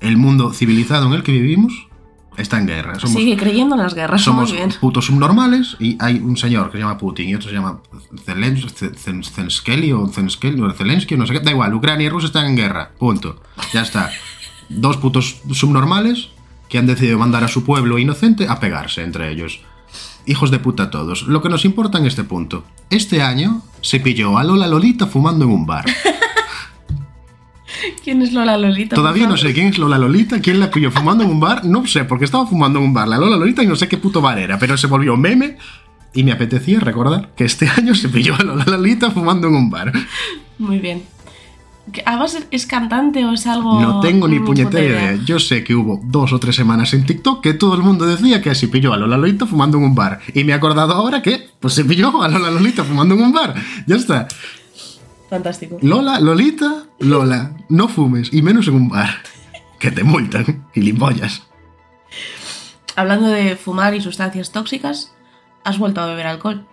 el mundo civilizado en el que vivimos está en guerra. Somos, Sigue creyendo en las guerras, somos muy bien. putos subnormales y hay un señor que se llama Putin y otro se llama Zelens- Zen- Zen- Zenskeli o Zenskeli o Zelensky, no sé qué. Da igual, Ucrania y Rusia están en guerra. Punto. Ya está. Dos putos subnormales que han decidido mandar a su pueblo inocente a pegarse entre ellos. Hijos de puta todos. Lo que nos importa en este punto. Este año se pilló a Lola Lolita fumando en un bar. ¿Quién es Lola Lolita? por Todavía no favor? sé quién es Lola Lolita, quién la pilló fumando en un bar, no sé, porque estaba fumando en un bar la Lola Lolita y no sé qué puto bar era, pero se volvió meme y me apetecía recordar que este (laughs) año se pilló a Lola Lolita fumando en un bar. Muy bien. ¿Que- ¿Además es- es cantante o es algo.? No tengo ni puta puñetera idea. Yo sé que hubo dos o tres semanas en TikTok que todo el mundo decía que se pilló a Lola Lolita fumando en un bar. Y me he acordado ahora que, pues se pilló a Lola Lolita fumando en un bar. Ya está. Fantástico. Lola, Lolita, Lola, no fumes, y menos en un bar. Que te multan, gilipollas. Hablando de fumar y sustancias tóxicas, ¿has vuelto a beber alcohol?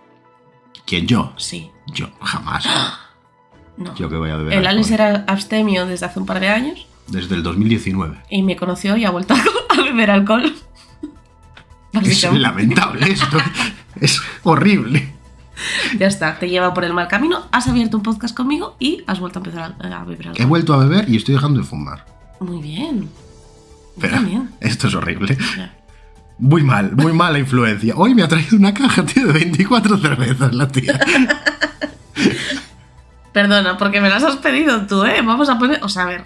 ¿Quién yo? Sí. Yo, jamás. No. Yo que voy a beber. El Alex alcohol. era abstemio desde hace un par de años Desde el 2019. y me conoció y ha vuelto (laughs) a (laughs) beber alcohol. Es Básicamente. lamentable (laughs) esto. es horrible. Ya está, te lleva por el mal camino, has abierto un podcast conmigo y has vuelto a empezar a, a beber He algo. vuelto a beber y estoy dejando de fumar. Muy bien. Yo Pero también. esto es horrible. Ya. Muy mal, muy mala influencia. Hoy me ha traído una caja, tío, de 24 cervezas, la (laughs) tía. Perdona, porque me las has pedido tú, ¿eh? Vamos a poner... O sea, a ver,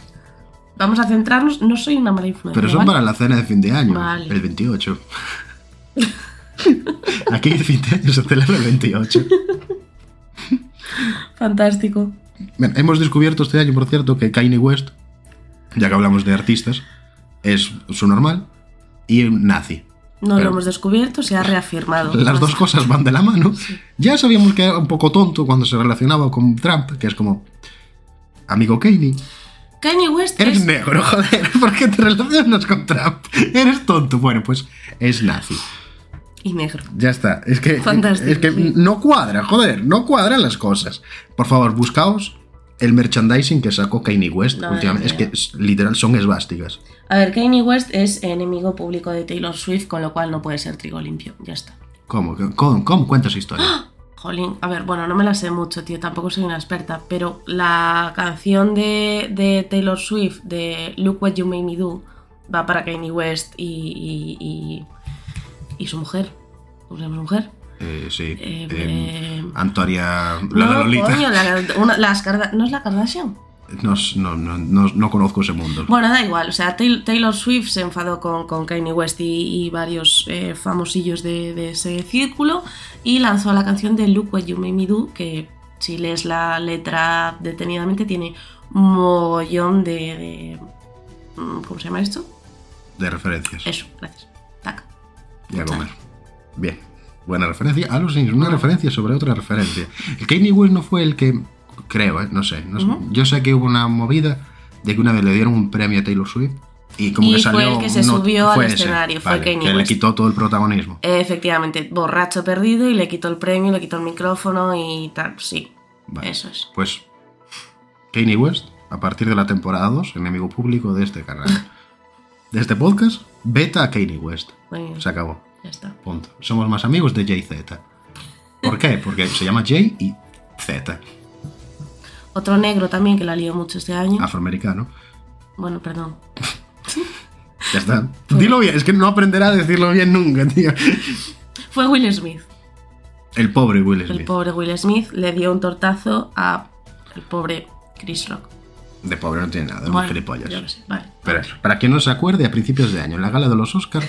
vamos a centrarnos, no soy una mala influencia. Pero son ¿vale? para la cena de fin de año, Vale. el (laughs) 28. Aquí el fin de año se celebra el 28. Fantástico. Bien, hemos descubierto este año, por cierto, que Kanye West, ya que hablamos de artistas, es su normal y un nazi. No Pero- lo hemos descubierto, se ha reafirmado. Las dos cosas van de la mano. Ya sabíamos que era un poco tonto cuando se relacionaba con Trump, que es como. Amigo Kanye, Kanye West eres es... negro, (laughs) joder, ¿por qué te relacionas con Trump? Eres tonto. Bueno, pues es nazi. Y negro. Ya está. Es que, Fantástico, es que sí. no cuadra, joder, no cuadran las cosas. Por favor, buscaos el merchandising que sacó Kanye West Madre últimamente. Es mía. que es- literal son esvásticas. A ver, Kanye West es enemigo público de Taylor Swift, con lo cual no puede ser trigo limpio. Ya está. ¿Cómo? ¿Cómo, cómo cuenta esa historia? ¡Ah! Jolín, a ver, bueno, no me la sé mucho, tío, tampoco soy una experta, pero la canción de, de Taylor Swift, de Look What You Made Me Do, va para Kanye West y, y, y- y su mujer. ¿Cómo se llama su mujer? Eh, sí. Eh, eh, eh, Antonia. La de no, Lolita. coño, la- una- las Karda- ¿no es la Kardashian? No, no, no, no, no conozco ese mundo. Bueno, da igual, o sea, Tail- Taylor Swift se enfadó con, con Kanye West y, y varios eh, famosillos de, de ese círculo y lanzó la canción de Look What You Made Me Do, que si lees la letra detenidamente tiene un mogollón de, de- mm, ¿Cómo se llama esto? de referencias. Eso, gracias. Tac. Y a comer. Bien. Buena referencia. Ah, A los Sims, una referencia sobre otra referencia. El Kanye West no fue el que. Creo, ¿eh? No sé. no sé. Yo sé que hubo una movida de que una vez le dieron un premio a Taylor Swift y como Y que fue salió. el que se no- subió al fue ese, escenario, fue vale, Kanye Que le West. quitó todo el protagonismo. Efectivamente, borracho perdido y le quitó el premio, le quitó el micrófono y tal, sí. Vale. Eso es. Pues. Kanye West, a partir de la temporada 2, enemigo público de este (laughs) canal. De este podcast, beta a Kanye West. Muy bien, Se acabó. ya está. Punto. Somos más amigos de Jay Z. ¿Por qué? Porque se llama Jay y Z, Otro negro también que la lió mucho este año. Ah. afroamericano. Bueno, perdón. Ya está. Dilo bien, es que no aprenderá a decirlo bien nunca, tío. Fue Will Smith. El pobre Will El Smith. pobre Will Smith le dio un tortazo a el pobre Chris Rock. De pobre no tiene nada, es un Bueno, yo qué gilipollas. sé, vale. Pero eso, para quien no se acuerde, a principios de año, en la gala de los Oscars,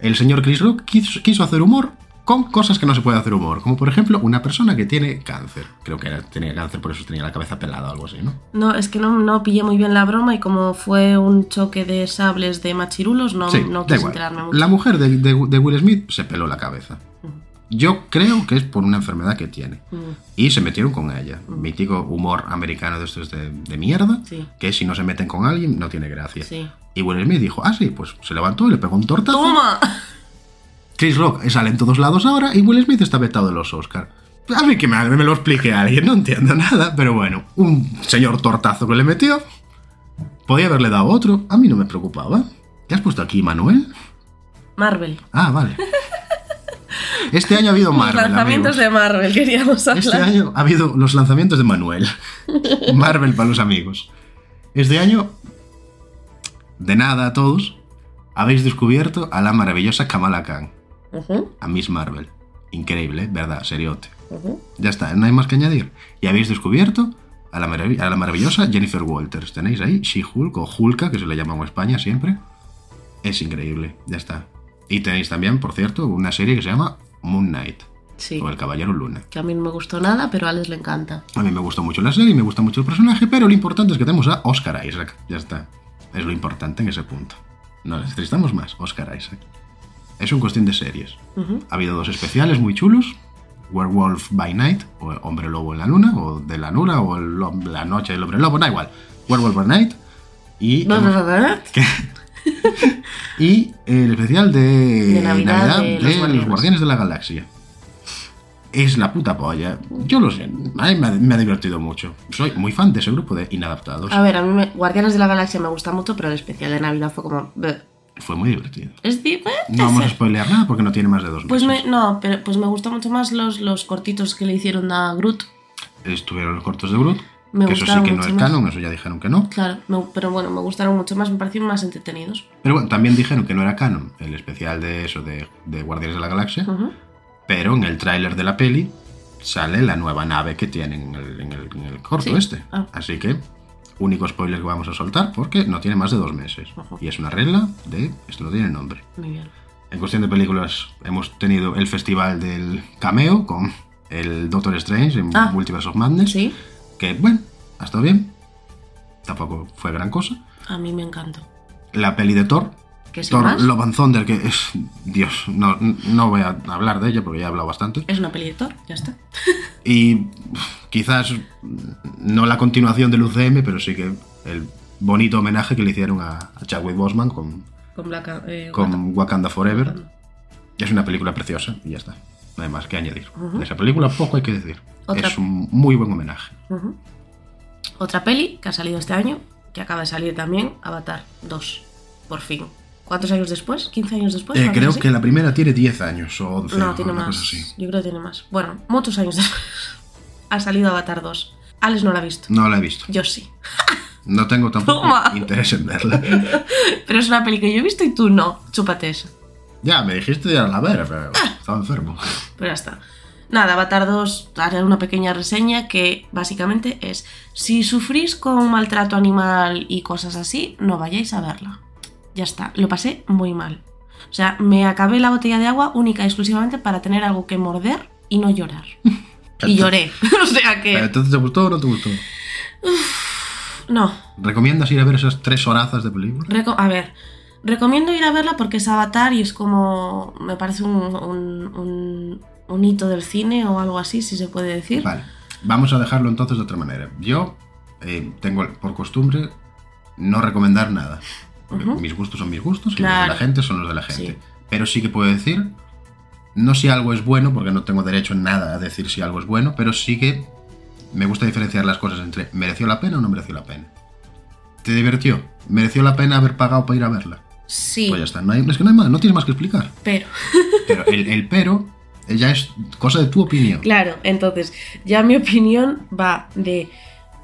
el señor Chris Rock quiso, quiso hacer humor con cosas que no se puede hacer humor. Como por ejemplo, una persona que tiene cáncer. Creo que era- tenía cáncer, por eso tenía la cabeza pelada o algo así, ¿no? No, es que no, no pillé muy bien la broma y como fue un choque de sables de machirulos, no, Sí, no da quise igual. enterarme mucho. La mujer de, de- de Will Smith se peló la cabeza. Ujú. Yo creo que es por una enfermedad que tiene. Mm, Y se metieron con ella. Mítico humor americano de estos de, de mierda, Sí. que si no se meten con alguien no tiene gracia. Sí. Y Will Smith dijo, ah, sí, pues se levantó y le pegó un tortazo. ¡Toma! Chris Rock sale en todos lados ahora y Will Smith está vetado de los Oscar. A mí que me, me lo explique alguien, no entiendo nada, pero bueno, un señor tortazo que le metió. Podía haberle dado otro, a mí no me preocupaba. ¿Qué has puesto aquí, Manuel? (laughs) Marvel. Ah, (laughs) vale. Este año ha habido Marvel. Los lanzamientos amigos. de Marvel queríamos hablar. Este año ha habido los lanzamientos de (laughs) Manuel. Marvel para los amigos. Este año, de nada a todos, habéis descubierto a la maravillosa Kamala Khan, Ujú, a Miss Marvel. Increíble, ¿eh? ¿verdad? Seriote. ujú. Ya está, no hay más que añadir. Y habéis descubierto a la, marav- a la maravillosa Jennifer Walters. Tenéis ahí She-Hulk o Hulka, que se le llama en España siempre. Es increíble, ya está. Y tenéis también, por cierto, una serie que se llama Moon Knight, Sí. o El Caballero Luna. Que a mí no me gustó nada, pero a Alex le encanta. A mí me gusta mucho la serie, me gusta mucho el personaje, pero lo importante es que tenemos a Oscar Isaac. Ya está. Es lo importante en ese punto. No necesitamos más, Oscar Isaac. Es un cuestión de series. Ujú. Ha habido dos especiales muy chulos. Werewolf by Night, o Hombre Lobo en la Luna, o de la Luna, o el hom- La Noche del Hombre Lobo, da igual. Werewolf by Night. Y, Bla, bla, bla, bla. y el especial de, De Navidad de los Guardianes. Guardianes de la Galaxia. Es la puta polla. Yo lo sé. A mí me ha, me ha divertido mucho. Soy muy fan de ese grupo de inadaptados. A ver, a mí me- Guardianes de la Galaxia me gusta mucho, pero el especial de Navidad fue como... "Bleh". Fue muy divertido. Es tipo... eh, No vamos a spoilear nada porque no tiene más de dos Pues me, meses. no, pero pues me gustó mucho más los, los cortitos que le hicieron a Groot. Estuvieron los cortos de Groot. Me que eso sí gustaron que no mucho es más. canon, eso ya dijeron que no. Claro, me- pero bueno, me gustaron mucho más, me parecieron más entretenidos. Pero bueno, también dijeron que no era canon el especial de eso, de, de Guardianes de la Galaxia. Ujú. Pero en el tráiler de la peli sale la nueva nave que tienen en el, en el- en el corto Sí. este. Ah. Así que, único spoiler que vamos a soltar porque no tiene más de dos meses. Ujú. Y es una regla de... Esto no tiene nombre. Muy bien. En cuestión de películas, hemos tenido el festival del cameo con el Doctor Strange en Ah. Multiverse of Madness. Sí, Que, bueno, ha estado bien. Tampoco fue gran cosa. a mí me encantó. La peli de Thor, ¿Qué sin Thor más? Love and Thunder, que es. Dios, no, no voy a hablar de ella porque ya he hablado bastante. Es una peli de Thor, ya está. Y pff, quizás no la continuación del UCM, pero sí que el bonito homenaje que le hicieron a, a Chadwick Boseman con, Con Blanca... eh, Wanda. con Wakanda Forever. Wakanda. Es una película preciosa y ya está. No hay más que añadir. De esa película poco hay que decir. Otra. Es un muy buen homenaje. Ujú. Otra peli que ha salido este año, que acaba de salir también, Avatar 2. Por fin. ¿Cuántos años después? ¿15 años después? Eh, Una cosa creo así. que la primera tiene 10 años o 11 No, o tiene una más. cosa así. Yo creo que tiene más. Bueno, muchos años después (laughs) ha salido Avatar 2. Alex no la ha visto. No la he visto. Yo sí. No tengo tampoco Toma. (laughs) interés en (laughs) verla. Pero es una peli que yo he visto y tú no. Chúpate eso. Ya, me dijiste de la ver, pero Ah. estaba enfermo. Pero Pues ya está. Nada, Avatar 2 haré una pequeña reseña que básicamente es si sufrís con maltrato animal y cosas así, no vayáis a verla. Ya está, lo pasé muy mal. O sea, me acabé la botella de agua única y exclusivamente para tener algo que morder y no llorar. y lloré. (laughs) o sea Pero que... entonces, ¿te gustó o no te gustó? No, ¿Recomiendas ir a ver esas tres horazas de película? Reco- a ver, recomiendo ir a verla porque es Avatar y es como. Me parece un, un- un- un hito del cine o algo así, si se puede decir. Vale, vamos a dejarlo entonces de otra manera. Yo eh, tengo por costumbre no recomendar nada. Porque Ujú. Mis gustos son mis gustos y los Claro. de la gente son los de la gente. Sí. Pero sí que puedo decir, no si algo es bueno, porque no tengo derecho en nada a decir si algo es bueno, pero sí que me gusta diferenciar las cosas entre mereció la pena o no mereció la pena. ¿Te divirtió? ¿Mereció la pena haber pagado para ir a verla? Sí, Pues ya está, no hay- es que no hay más, no tienes más que (laughs) explicar. pero. Pero el, el pero eh, ya es cosa de tu opinión. Claro, entonces, ya mi opinión va de,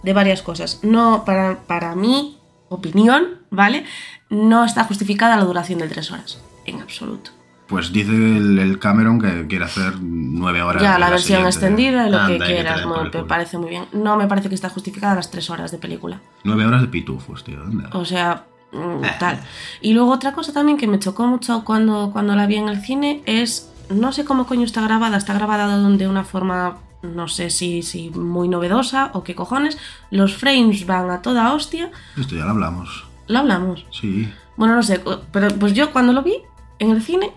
de varias cosas. No, para, para mi opinión, ¿vale? No está justificada la duración de tres horas. En absoluto. Pues dice el, el Cameron que quiere hacer nueve horas. Ya, de la, versión siguiente. extendida, lo Anda, que y te quieras, den me por el culo. parece muy bien. No me parece que está justificada las tres horas de película. Nueve horas de pitufos, tío. anda. O sea, mm, tal. Y luego otra cosa también que me chocó mucho cuando, cuando la vi en el cine es, no sé cómo coño está grabada, está grabada de un- de una forma, no sé si, si muy novedosa o qué cojones, los frames van a toda hostia, Esto ya lo hablamos. lo hablamos. Sí. Bueno, no sé, cu- pero pues yo cuando lo vi en el cine,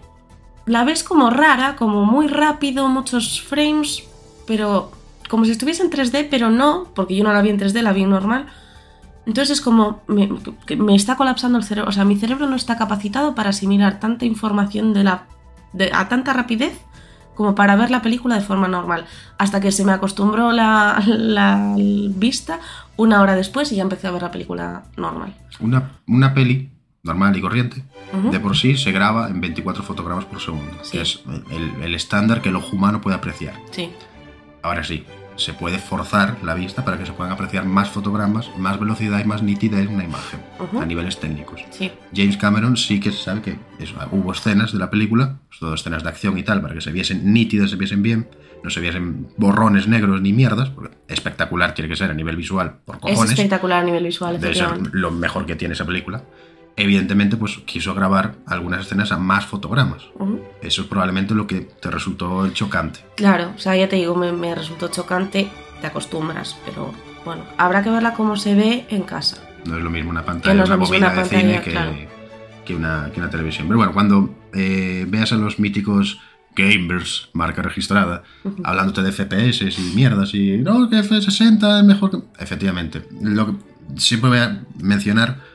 la ves como rara, como muy rápido, muchos frames, pero como si estuviese en 3D, pero no, porque yo no la vi en 3D, la vi normal. Entonces es como, me, que me está colapsando el cerebro, o sea, mi cerebro no está capacitado para asimilar tanta información de la, de- a tanta rapidez como para ver la película de forma normal. Hasta que se me acostumbró la, la vista una hora después y ya empecé a ver la película normal. Una, una peli normal y corriente, Ujú. de por sí se graba en 24 fotogramas por segundo, ¿Mm? Sí. que es el el estándar que el ojo humano puede apreciar. Sí. Ahora sí, se puede forzar la vista para que se puedan apreciar más fotogramas, más velocidad y más nitidez en una imagen, Ujú. a niveles técnicos. Sí, James Cameron sí que sabe que eso, hubo escenas de la película, sobre todo escenas de acción y tal, para que se viesen nítidas, se viesen bien, no se viesen borrones negros ni mierdas, porque espectacular tiene que ser a nivel visual, por es cojones, espectacular a nivel visual, debe ser efectivamente. lo mejor que tiene esa película. Evidentemente, pues quiso grabar algunas escenas a más fotogramas. Ujú. Eso es probablemente lo que te resultó chocante. Claro, o sea, ya te digo, me, me resultó chocante, te acostumbras, pero bueno, habrá que verla como se ve en casa. No es lo mismo una Que pantalla, no es una lo mismo bobina una de pantalla, cine que, claro. que una, que una televisión. Pero bueno, cuando eh, veas a los míticos gamers, marca registrada, Ujú. hablándote de FPS y mierdas y no, que F60 es mejor que... Efectivamente, lo que siempre voy a mencionar,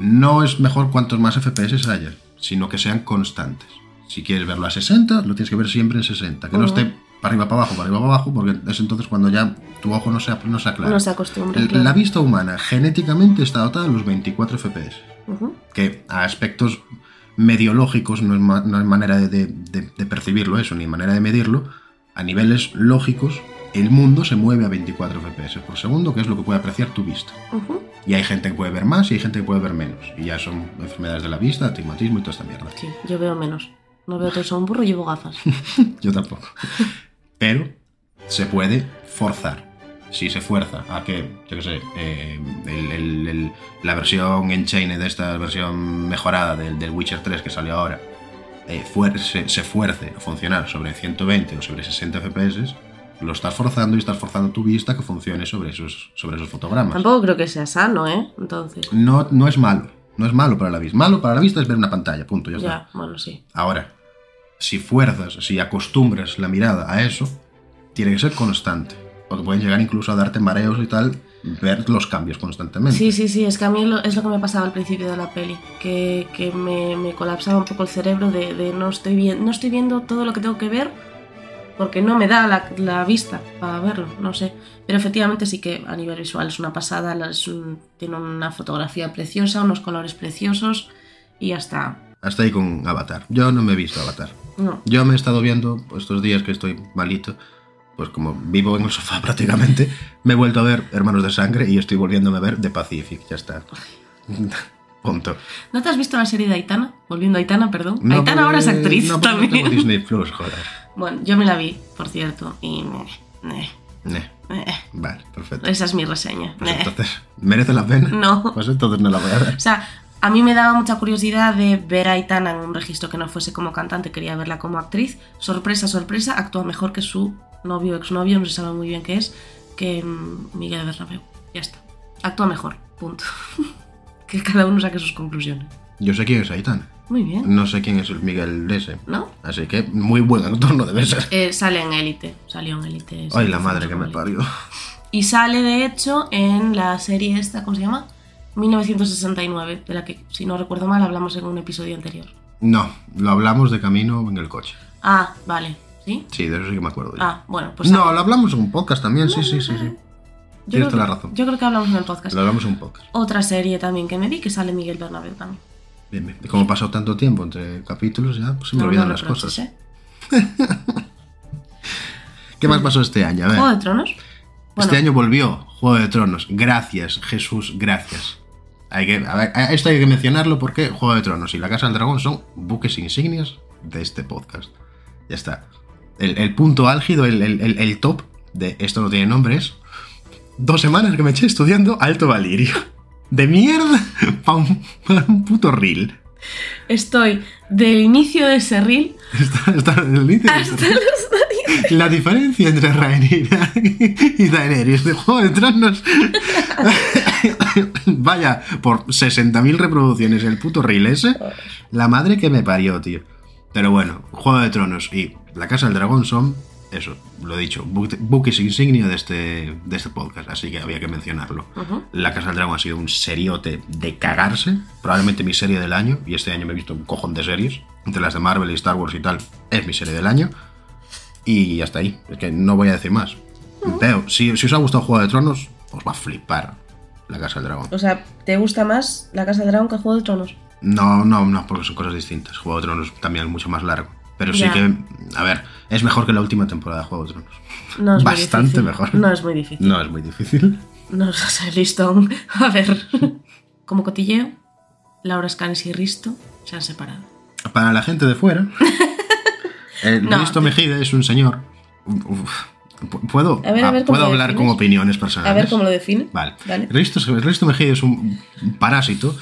no es mejor cuantos más FPS haya, sino que sean constantes. Si quieres verlo a 60, lo tienes que ver siempre en 60, que no Ujú. esté para arriba, para abajo, para arriba, para abajo, porque es entonces cuando ya tu ojo no se, no se aclara. No se acostumbra. El- claro. La vista humana genéticamente está dotada de los 24 FPS, Ujú. que a aspectos mediológicos no es, ma- no hay manera de, de- de- de percibirlo eso, ni manera de medirlo. A niveles lógicos, el mundo se mueve a 24 FPS por segundo, que es lo que puede apreciar tu vista. Ujú. Y hay gente que puede ver más y hay gente que puede ver menos. Y ya son enfermedades de la vista, astigmatismo y toda esta mierda. Sí, yo veo menos. No veo todo, soy un burro y llevo (laughs) gafas. Yo tampoco. Pero se puede forzar. Si se fuerza a que, yo qué sé, eh, el- el- el- la versión Enchained de esta versión mejorada del, del Witcher 3 que salió ahora, eh, fuer- se, se fuerce a funcionar sobre 120 o sobre 60 FPS, lo estás forzando y estás forzando tu vista que funcione sobre esos, sobre esos fotogramas. Tampoco creo que sea sano, ¿eh? Entonces, No, no es malo. No es malo para la vista. Malo para la vista es ver una pantalla, punto, ya está. ya, bueno, sí. Ahora, si fuerzas, si acostumbras la mirada a eso, tiene que ser constante. Porque pueden llegar incluso a darte mareos y tal, ver los cambios constantemente. Sí, sí, sí, es que a mí lo- es lo que me pasaba al principio de la peli, que, que me, me colapsaba un poco el cerebro de, de no, estoy bien, no estoy viendo todo lo que tengo que ver porque no me da la, la vista para verlo, no sé. Pero efectivamente sí que a nivel visual es una pasada, la- es un- tiene una fotografía preciosa, unos colores preciosos y hasta... Hasta ahí con Avatar. Yo no me he visto Avatar. No, Yo me he estado viendo pues, estos días que estoy malito, pues como vivo en el sofá (laughs) prácticamente, me he vuelto a ver Hermanos de Sangre y estoy volviéndome a ver The Pacific, ya está. (laughs) Punto. ¿No te has visto la serie de Aitana? Volviendo a Aitana, perdón. No, Aitana ahora es porque- actriz no, porque no también. tengo Disney Plus, joder. (laughs) Bueno, yo me la vi, por cierto, y... eh, Eh, eh, eh. vale, perfecto. Esa es mi reseña. Pues Eh. entonces, ¿merece la pena? (laughs) No. Pues entonces no la voy a ver. O sea, a mí me daba mucha curiosidad de ver a Aitana en un registro que no fuese como cantante, quería verla como actriz. Sorpresa, sorpresa, actúa mejor que su novio, exnovio, no se sabe muy bien qué es, que mm, Miguel Bernabéu. Ya está. Actúa mejor, punto. (laughs) que cada uno saque sus conclusiones. Yo sé quién es Aitana. Muy bien, No sé quién es el Miguel de ese. ¿no? Así que muy buen actor no debe ser. Eh, sale en élite, salió en élite. Ay, salió la en madre que me Élite. parió. Y sale, de hecho, en la serie esta, ¿cómo se llama? 1969, de la que, si no recuerdo mal, hablamos en un episodio anterior. No, lo hablamos de camino en el coche. Ah, vale, ¿sí? Sí, de eso sí que me acuerdo. yo. Ah, bueno, pues... no, lo hablamos en un podcast también, sí, sí, sí, sí. yo tienes creo toda la que- razón. Yo creo que hablamos en el podcast. Lo hablamos en un podcast. Otra serie también que me vi, que sale Miguel Bernabéu también. Bien, bien. Y Como ha pasado tanto tiempo entre capítulos, ya pues, se me No, olvidan no las reproches, cosas. ¿eh? ¿Qué más pasó este año? A ver. Juego de Tronos. Bueno, Este año volvió Juego de Tronos. Gracias, Jesús, gracias. Hay que, a ver, a- esto hay que mencionarlo porque Juego de Tronos y La Casa del Dragón son buques insignias de este podcast. Ya está. El, el punto álgido, el, el- el- el top de esto no tiene nombre es dos semanas que me eché estudiando Alto Valirio. De mierda (laughs) para un, pa un puto reel. Estoy del inicio de (laughs) ese reel Está, está en el inicio. hasta los narices. La diferencia entre Rhaenyra (laughs) y Daenerys de Juego de Tronos. (laughs) Vaya, por 60.000 reproducciones el puto reel ese. La madre que me parió, tío. Pero bueno, Juego de Tronos y La Casa del Dragón son, eso, lo he dicho, bu- buques insignia de este, de este podcast, así que había que mencionarlo. Ujú. La Casa del Dragón ha sido un seriote de cagarse, probablemente mi serie del año, y este año me he visto un cojón de series, entre las de Marvel y Star Wars y tal, es mi serie del año. Y hasta ahí, es que no voy a decir más. Pero si, si os ha gustado Juego de Tronos, os va a flipar La Casa del Dragón. O sea, ¿te gusta más La Casa del Dragón que Juego de Tronos? No, no, no, porque son cosas distintas. Juego de Tronos también es mucho más largo. Pero sí Ya. que, a ver, es mejor que la última temporada de Juego de Tronos. No es muy Bastante difícil. mejor. No es muy difícil. No es muy difícil. No (laughs) sé, listón. A ver. Como cotilleo, Laura Scanes y Risto se han separado. Para la gente de (laughs) fuera, el No. Risto Mejide es un señor. Uf, pu- puedo A ver, a ver ah, cómo puedo lo hablar con defines. opiniones personales. A ver cómo lo define. Vale. Vale. Risto, Risto Mejide es un parásito,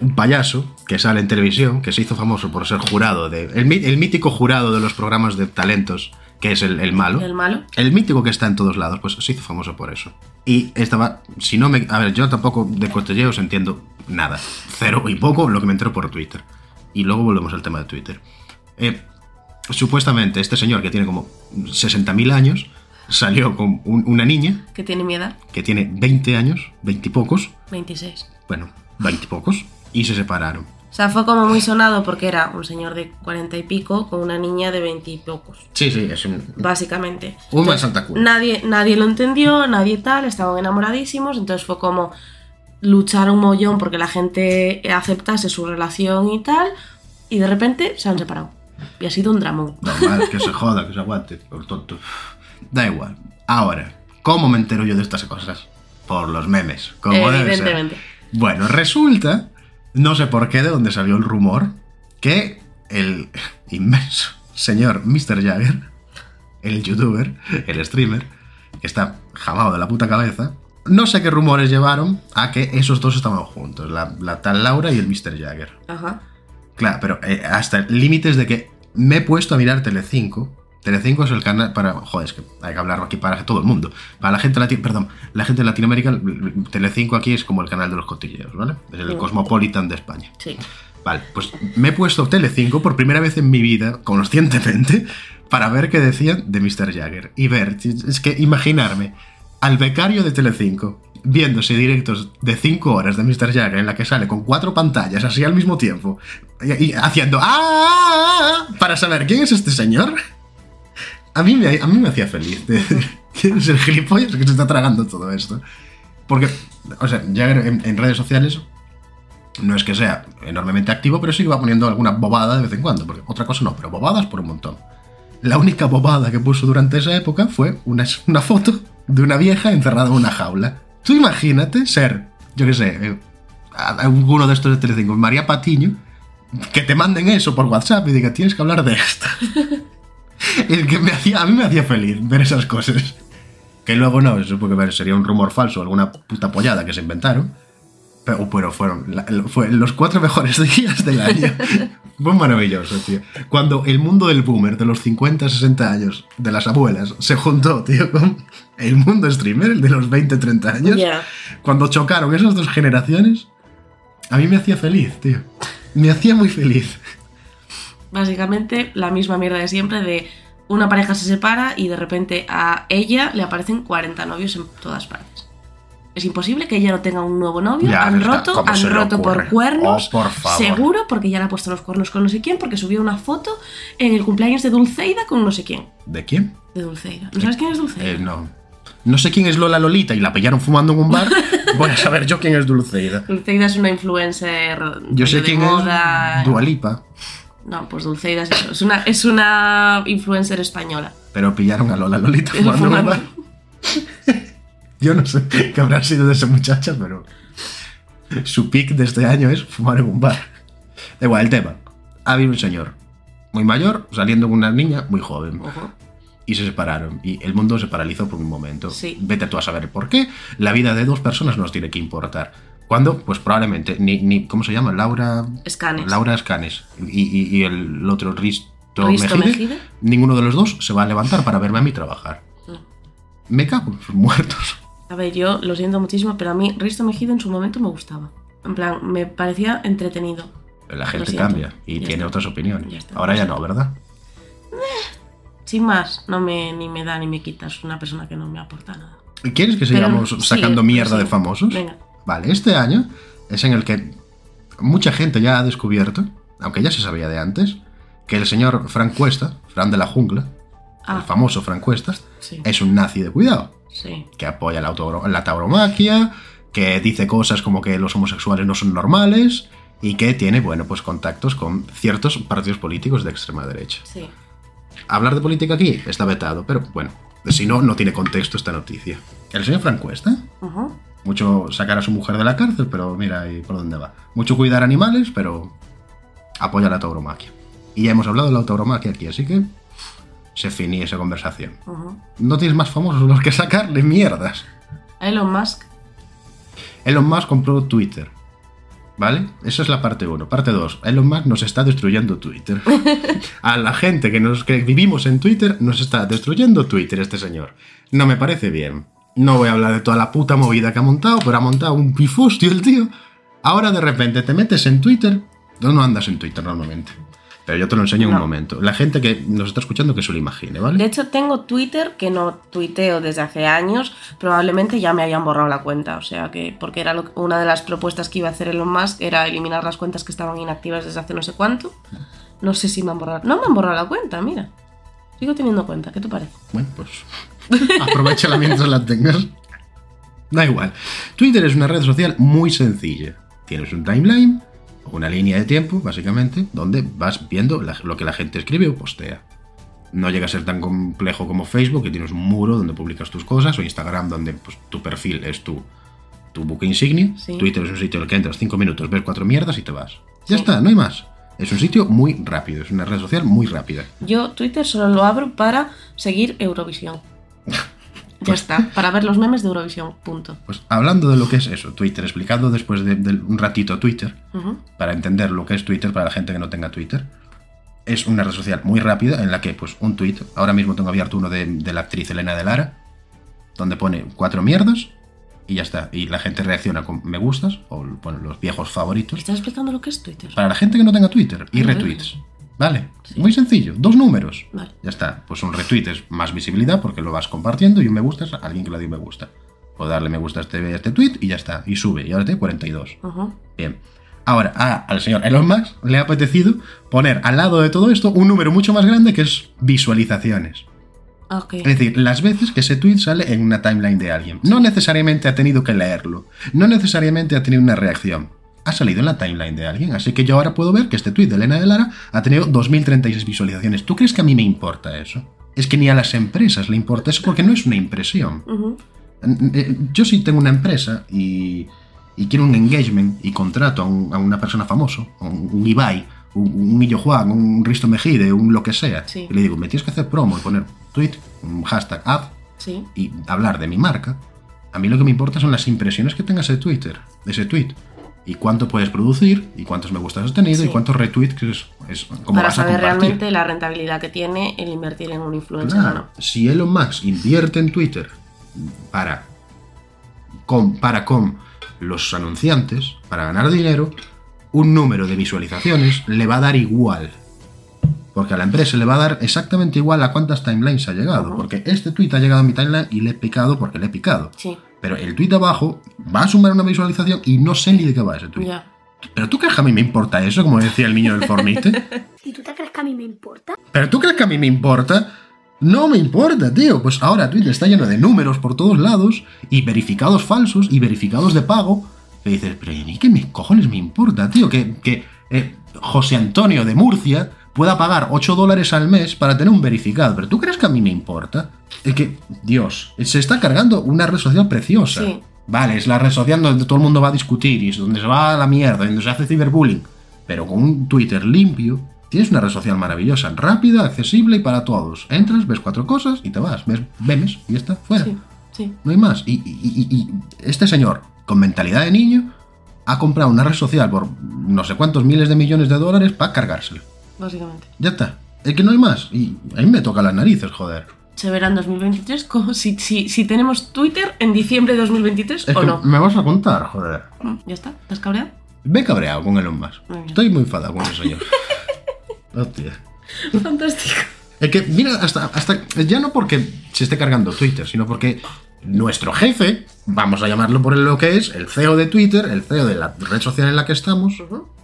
un payaso que sale en televisión, que se hizo famoso por ser jurado de. El, mi- el mítico jurado de los programas de talentos, que es el, el malo. El malo. El mítico que está en todos lados, pues se hizo famoso por eso. Y estaba, si no me... A ver, yo tampoco de cotilleos entiendo nada. Cero y poco lo que me entró por Twitter. Y luego volvemos al tema de Twitter. Eh, supuestamente este señor que tiene como 60.000 años salió con un- una niña que tiene mi edad, que tiene 20 años, 20 y pocos. 26. Bueno, 20 y pocos. Y se separaron. O sea, fue como muy sonado porque era un señor de 40 y pico con una niña de 20 y pocos, Sí, sí, es un... básicamente. Un Entonces, saltaculo. Nadie, nadie lo entendió, nadie tal, estaban enamoradísimos, entonces fue como luchar un mollón porque la gente aceptase su relación y tal, y de repente se han separado. Y ha sido un dramón. Normal, que se joda, que se aguante, por tonto. Da igual. Ahora, ¿cómo me entero yo de estas cosas? Por los memes, como debe ser. Evidentemente. Bueno, resulta, no sé por qué, de dónde salió el rumor, que el inmenso señor Mr. Jagger, el youtuber, el streamer, que está jamado de la puta cabeza, no sé qué rumores llevaron a que esos dos estaban juntos, la, la tal Laura y el Mr. Jagger. Ajá. Claro, pero eh, hasta límites de que me he puesto a mirar Telecinco. Telecinco es el canal para... Joder, es que hay que hablarlo aquí para todo el mundo. Para la gente latina... Perdón, la gente de Latinoamérica, l- l- Telecinco aquí es como el canal de los cotilleros, ¿vale? Es el Mm. Cosmopolitan de España. Sí. Vale, pues me he puesto Telecinco por primera vez en mi vida, conscientemente, para ver qué decían de Mr. Jagger. Y ver, es que imaginarme al becario de Telecinco viéndose directos de 5 horas de Mr. Jagger en la que sale con cuatro pantallas así al mismo tiempo y, y haciendo ¡Ah, ah, ah, ah", para saber quién es este señor. A mí me, a mí me hacía feliz. (laughs) ¿Quién es el gilipollas que se está tragando todo esto? Porque, o sea, ya en, en redes sociales no es que sea enormemente activo, pero sí que va poniendo alguna bobada de vez en cuando. Porque otra cosa no, pero bobadas por un montón. La única bobada que puso durante esa época fue una, una foto de una vieja encerrada en una jaula. Tú imagínate ser, yo qué sé, eh, alguno de estos de Telecinco, María Patiño, que te manden eso por WhatsApp y diga, tienes que hablar de esto. El que me hacía, a mí me hacía feliz ver esas cosas. Que luego no, eso porque bueno, sería un rumor falso, alguna puta pollada que se inventaron. Pero, pero fueron la- lo- fue los cuatro mejores (laughs) días del año. Fue maravilloso, tío. Cuando el mundo del boomer de los 50, 60 años, de las abuelas, se juntó, tío, con el mundo streamer, el de los 20, 30 años, Ya. cuando chocaron esas dos generaciones, a mí me hacía feliz, tío. Me hacía muy feliz. Básicamente la misma mierda de siempre de una pareja se separa y de repente a ella le aparecen 40 novios en todas partes. Es imposible que ella no tenga un nuevo novio. Ya, han está, roto, ¿cómo se han le roto ocurre? por cuernos. Oh, por favor. Seguro, porque ya le ha puesto los cuernos con no sé quién, porque subió una foto en el cumpleaños de Dulceida con no sé quién. ¿De quién? De Dulceida. ¿No sabes quién es Dulceida? Eh, no. No sé quién es Lola Lolita y la pillaron fumando en un bar. (laughs) Voy a saber yo quién es Dulceida. Dulceida es una influencer. Yo sé de quién moda. es Dualipa, No, pues Dulceida es eso. Es una, es una influencer española. pero pillaron a Lola Lolita Pero fumando en un bar. fumando. (laughs) Yo no sé qué habrá sido de esa muchacha, pero su pick de este año es fumar en un bar. Da igual, el tema. Ha habido un señor muy mayor saliendo con una niña muy joven. Ojo. y se separaron. Y el mundo se paralizó por un momento. Sí. Vete tú a saber por qué. La vida de dos personas nos tiene que importar. ¿Cuándo? Pues probablemente. Ni, ni, ¿Cómo se llama? Laura. Escanes. Laura Escanes. Y, y- y el otro Risto, Risto Mejide. Mejide. Ninguno de los dos se va a levantar para verme a mí trabajar. Me cago en sus muertos. A ver, yo lo siento muchísimo, pero a mí Risto Mejide en su momento me gustaba. En plan, me parecía entretenido. La Lo gente siento. cambia y Ya tiene está. otras opiniones. Ya está. Ahora Lo ya siento. no, ¿verdad? Sin más, no me, ni me da ni me quita. Es una persona que no me aporta nada. ¿Quieres que Pues Pero sigamos sigue, sacando pero mierda sigue. de famosos? Venga. Vale, este año es en el que mucha gente ya ha descubierto, aunque ya se sabía de antes, que el señor Frank Cuesta, Fran de la Jungla, Ah. el famoso Frank Cuesta, Sí. es un nazi de cuidado, Sí. que apoya la, autogro- la tauromaquia, que dice cosas como que los homosexuales no son normales y que tiene, bueno, pues contactos con ciertos partidos políticos de extrema derecha. Sí. Hablar de política aquí está vetado, pero bueno, si no, no tiene contexto esta noticia. El señor Frank Cuesta Ujú. mucho sacar a su mujer de la cárcel, pero mira ahí por dónde va. Mucho cuidar animales, pero apoya la tauromaquia. Y ya hemos hablado de la tauromaquia aquí, así que se finí esa conversación. Ujú. No tienes más famosos los que sacarle mierdas. A Elon Musk. Elon Musk compró Twitter. ¿Vale? Esa es la parte 1. Parte 2. Elon Musk nos está destruyendo Twitter. A la gente que, nos, que vivimos en Twitter nos está destruyendo Twitter este señor. No me parece bien. No voy a hablar de toda la puta movida que ha montado, pero ha montado un pifostio el tío. Ahora de repente te metes en Twitter. No, no andas en Twitter normalmente. Pero yo te lo enseño en No. un momento. La gente que nos está escuchando que se lo imagine, De ¿vale? hecho, tengo Twitter que no tuiteo desde hace años. Probablemente ya me hayan borrado la cuenta. O sea que, porque era lo- una de las propuestas que iba a hacer Elon Musk, era eliminar las cuentas que estaban inactivas desde hace no sé cuánto. No sé si me han borrado. No me han borrado la cuenta, mira. Sigo teniendo cuenta, ¿qué te parece? Bueno, pues (laughs) aprovechala mientras la tengas. Da igual. Twitter es una red social muy sencilla. Tienes un timeline, una línea de tiempo, básicamente, donde vas viendo la- lo que la gente escribe o postea. No llega a ser tan complejo como Facebook, que tienes un muro donde publicas tus cosas, o Instagram, donde pues, tu perfil es tu, tu buque insignia. Sí. Twitter es un sitio en el que entras 5 minutos, ves cuatro mierdas y te vas. Ya Sí. está, no hay más. Es un sitio muy rápido, es una red social muy rápida. Yo Twitter solo lo abro para seguir Eurovisión. Ya está, para ver los memes de Eurovisión, punto. Pues hablando de lo que es eso, Twitter, explicando después de, de un ratito Twitter, Ujú. para entender lo que es Twitter para la gente que no tenga Twitter, es una red social muy rápida en la que, pues, un tweet, ahora mismo tengo abierto uno de, de la actriz Elena de Lara, donde pone cuatro mierdas y ya está. Y la gente reacciona con me gustas o bueno, los viejos ¿Me favoritos. estás explicando lo que es Twitter? Para la gente que no tenga Twitter y Ah, vale. retweets. Vale, Sí. muy sencillo, dos números. Vale. Ya está, pues un retweet es más visibilidad porque lo vas compartiendo y un me gusta es a alguien que le dio me gusta. O darle me gusta a este, a este tweet y ya está, y sube, y ahora tiene 42. Ujú. Bien. Ahora, a- al señor Elon Musk le ha apetecido poner al lado de todo esto un número mucho más grande que es visualizaciones. Ah, Ok. Es decir, las veces que ese tweet sale en una timeline de alguien. No necesariamente ha tenido que leerlo. No necesariamente ha tenido una reacción. Ha salido en la timeline de alguien. Así que yo ahora puedo ver que este tweet de Elena de Lara ha tenido 2036 visualizaciones. ¿Tú crees que a mí me importa eso? Es que ni a las empresas le importa eso porque no es una impresión. Ujú. Eh, Yo sí tengo una empresa y, y quiero un engagement y contrato a, un- a una persona famoso, a un, un Ibai, un, un Illo Juan, un Risto Mejide, un lo que sea. Sí. Y le digo, me tienes que hacer promo y poner tweet, un hashtag ad Sí. y hablar de mi marca. A mí lo que me importa son las impresiones que tengas de Twitter, de ese tweet. Y cuánto puedes producir, y cuántos me gustas has tenido, Sí. y cuántos retweets que es, es como para vas a saber compartir. realmente la rentabilidad que tiene el invertir en un influencer o Claro, no. si Elon Musk invierte en Twitter para con, para con los anunciantes, para ganar dinero, un número de visualizaciones le va a dar igual. Porque a la empresa le va a dar exactamente igual a cuántas timelines ha llegado. Ujú. Porque este tweet ha llegado a mi timeline y le he picado porque le he picado. Sí, Pero el tweet de abajo va a sumar una visualización y no sé ni de qué va ese tweet. ya. Pero tú crees que a mí me importa eso, como decía el niño del Fornite. ¿Y tú te crees que a mí me importa? ¿Pero tú crees que a mí me importa? No me importa, tío. Pues ahora Twitter está lleno de números por todos lados y verificados falsos y verificados de pago. Y dices, pero ¿y a mí qué me cojones me importa, tío? Que, que eh, José Antonio de Murcia pueda pagar 8 dólares al mes para tener un verificado. ¿Pero tú crees que a mí me importa? Es que, Dios, se está cargando una red social preciosa. Sí. Vale, es la red social donde todo el mundo va a discutir y es donde se va a la mierda, donde se hace ciberbullying. Pero con un Twitter limpio, tienes una red social maravillosa, rápida, accesible y para todos. Entras, ves cuatro cosas y te vas. Ves memes y ya está, fuera. Sí, sí. No hay más. Y, y- y- y este señor, con mentalidad de niño, ha comprado una red social por no sé cuántos miles de millones de dólares para cargárselo. Básicamente. Ya está. Es que no hay más. Y a mí me toca las narices, joder. Se verá en 2023 (laughs) como si, si, si tenemos Twitter en diciembre de 2023 Es o que no. me vas a contar, joder. Mm, Ya está, ¿estás cabreado? (laughs) Me he cabreado con Elon Musk. Muy bien. Estoy muy enfadado con (laughs) ese señor. Hostia. Fantástico. Es que, mira, hasta, hasta. Ya no porque se esté cargando Twitter, sino porque nuestro jefe, vamos a llamarlo por lo que es, el CEO de Twitter, el CEO de la red social en la que estamos,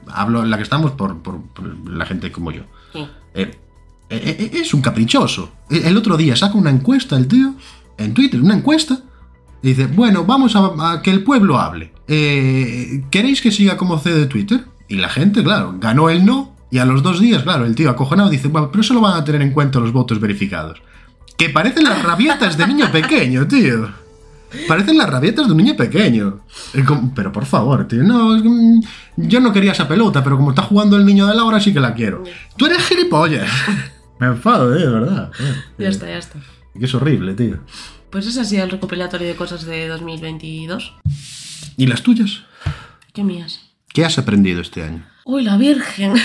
hablo en la que estamos por, por- por la gente como yo. Sí. Eh, eh, eh, es un caprichoso. Eh, El otro día saca una encuesta el tío, en Twitter, una encuesta, y dice, bueno, vamos a, a que el pueblo hable. Eh, ¿Queréis que siga como CEO de Twitter? Y la gente, claro, ganó el no, y a los dos días, claro, el tío acojonado dice, bueno, pero eso lo van a tener en cuenta los votos verificados. Que parecen las rabietas de niño pequeño, tío. Parecen las rabietas de un niño pequeño. Eh, como- Pero por favor, tío. No, es que, mm, yo no quería esa pelota, pero como está jugando el niño de Laura, sí que la quiero. Tú eres gilipollas. Me enfado, tío, de verdad. Joder, Ya tío. está, ya está. Que es horrible, tío. Pues ese ha sido el recopilatorio de cosas de 2022. ¿Y las tuyas? ¿Qué mías? ¿Qué has aprendido este año? ¡Uy, la Virgen! (laughs)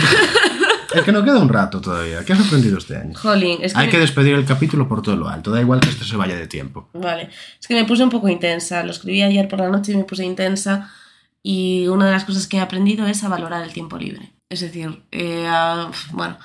Es que no queda un rato todavía. ¿Qué has aprendido este año? Jolín, es que... Hay que despedir el capítulo por todo lo alto. Da igual que este se vaya de tiempo. Vale, es que me puse un poco intensa. Lo escribí ayer por la noche y me puse intensa. Y una de las cosas que he aprendido es a valorar el tiempo libre. Es decir, eh, a- bueno,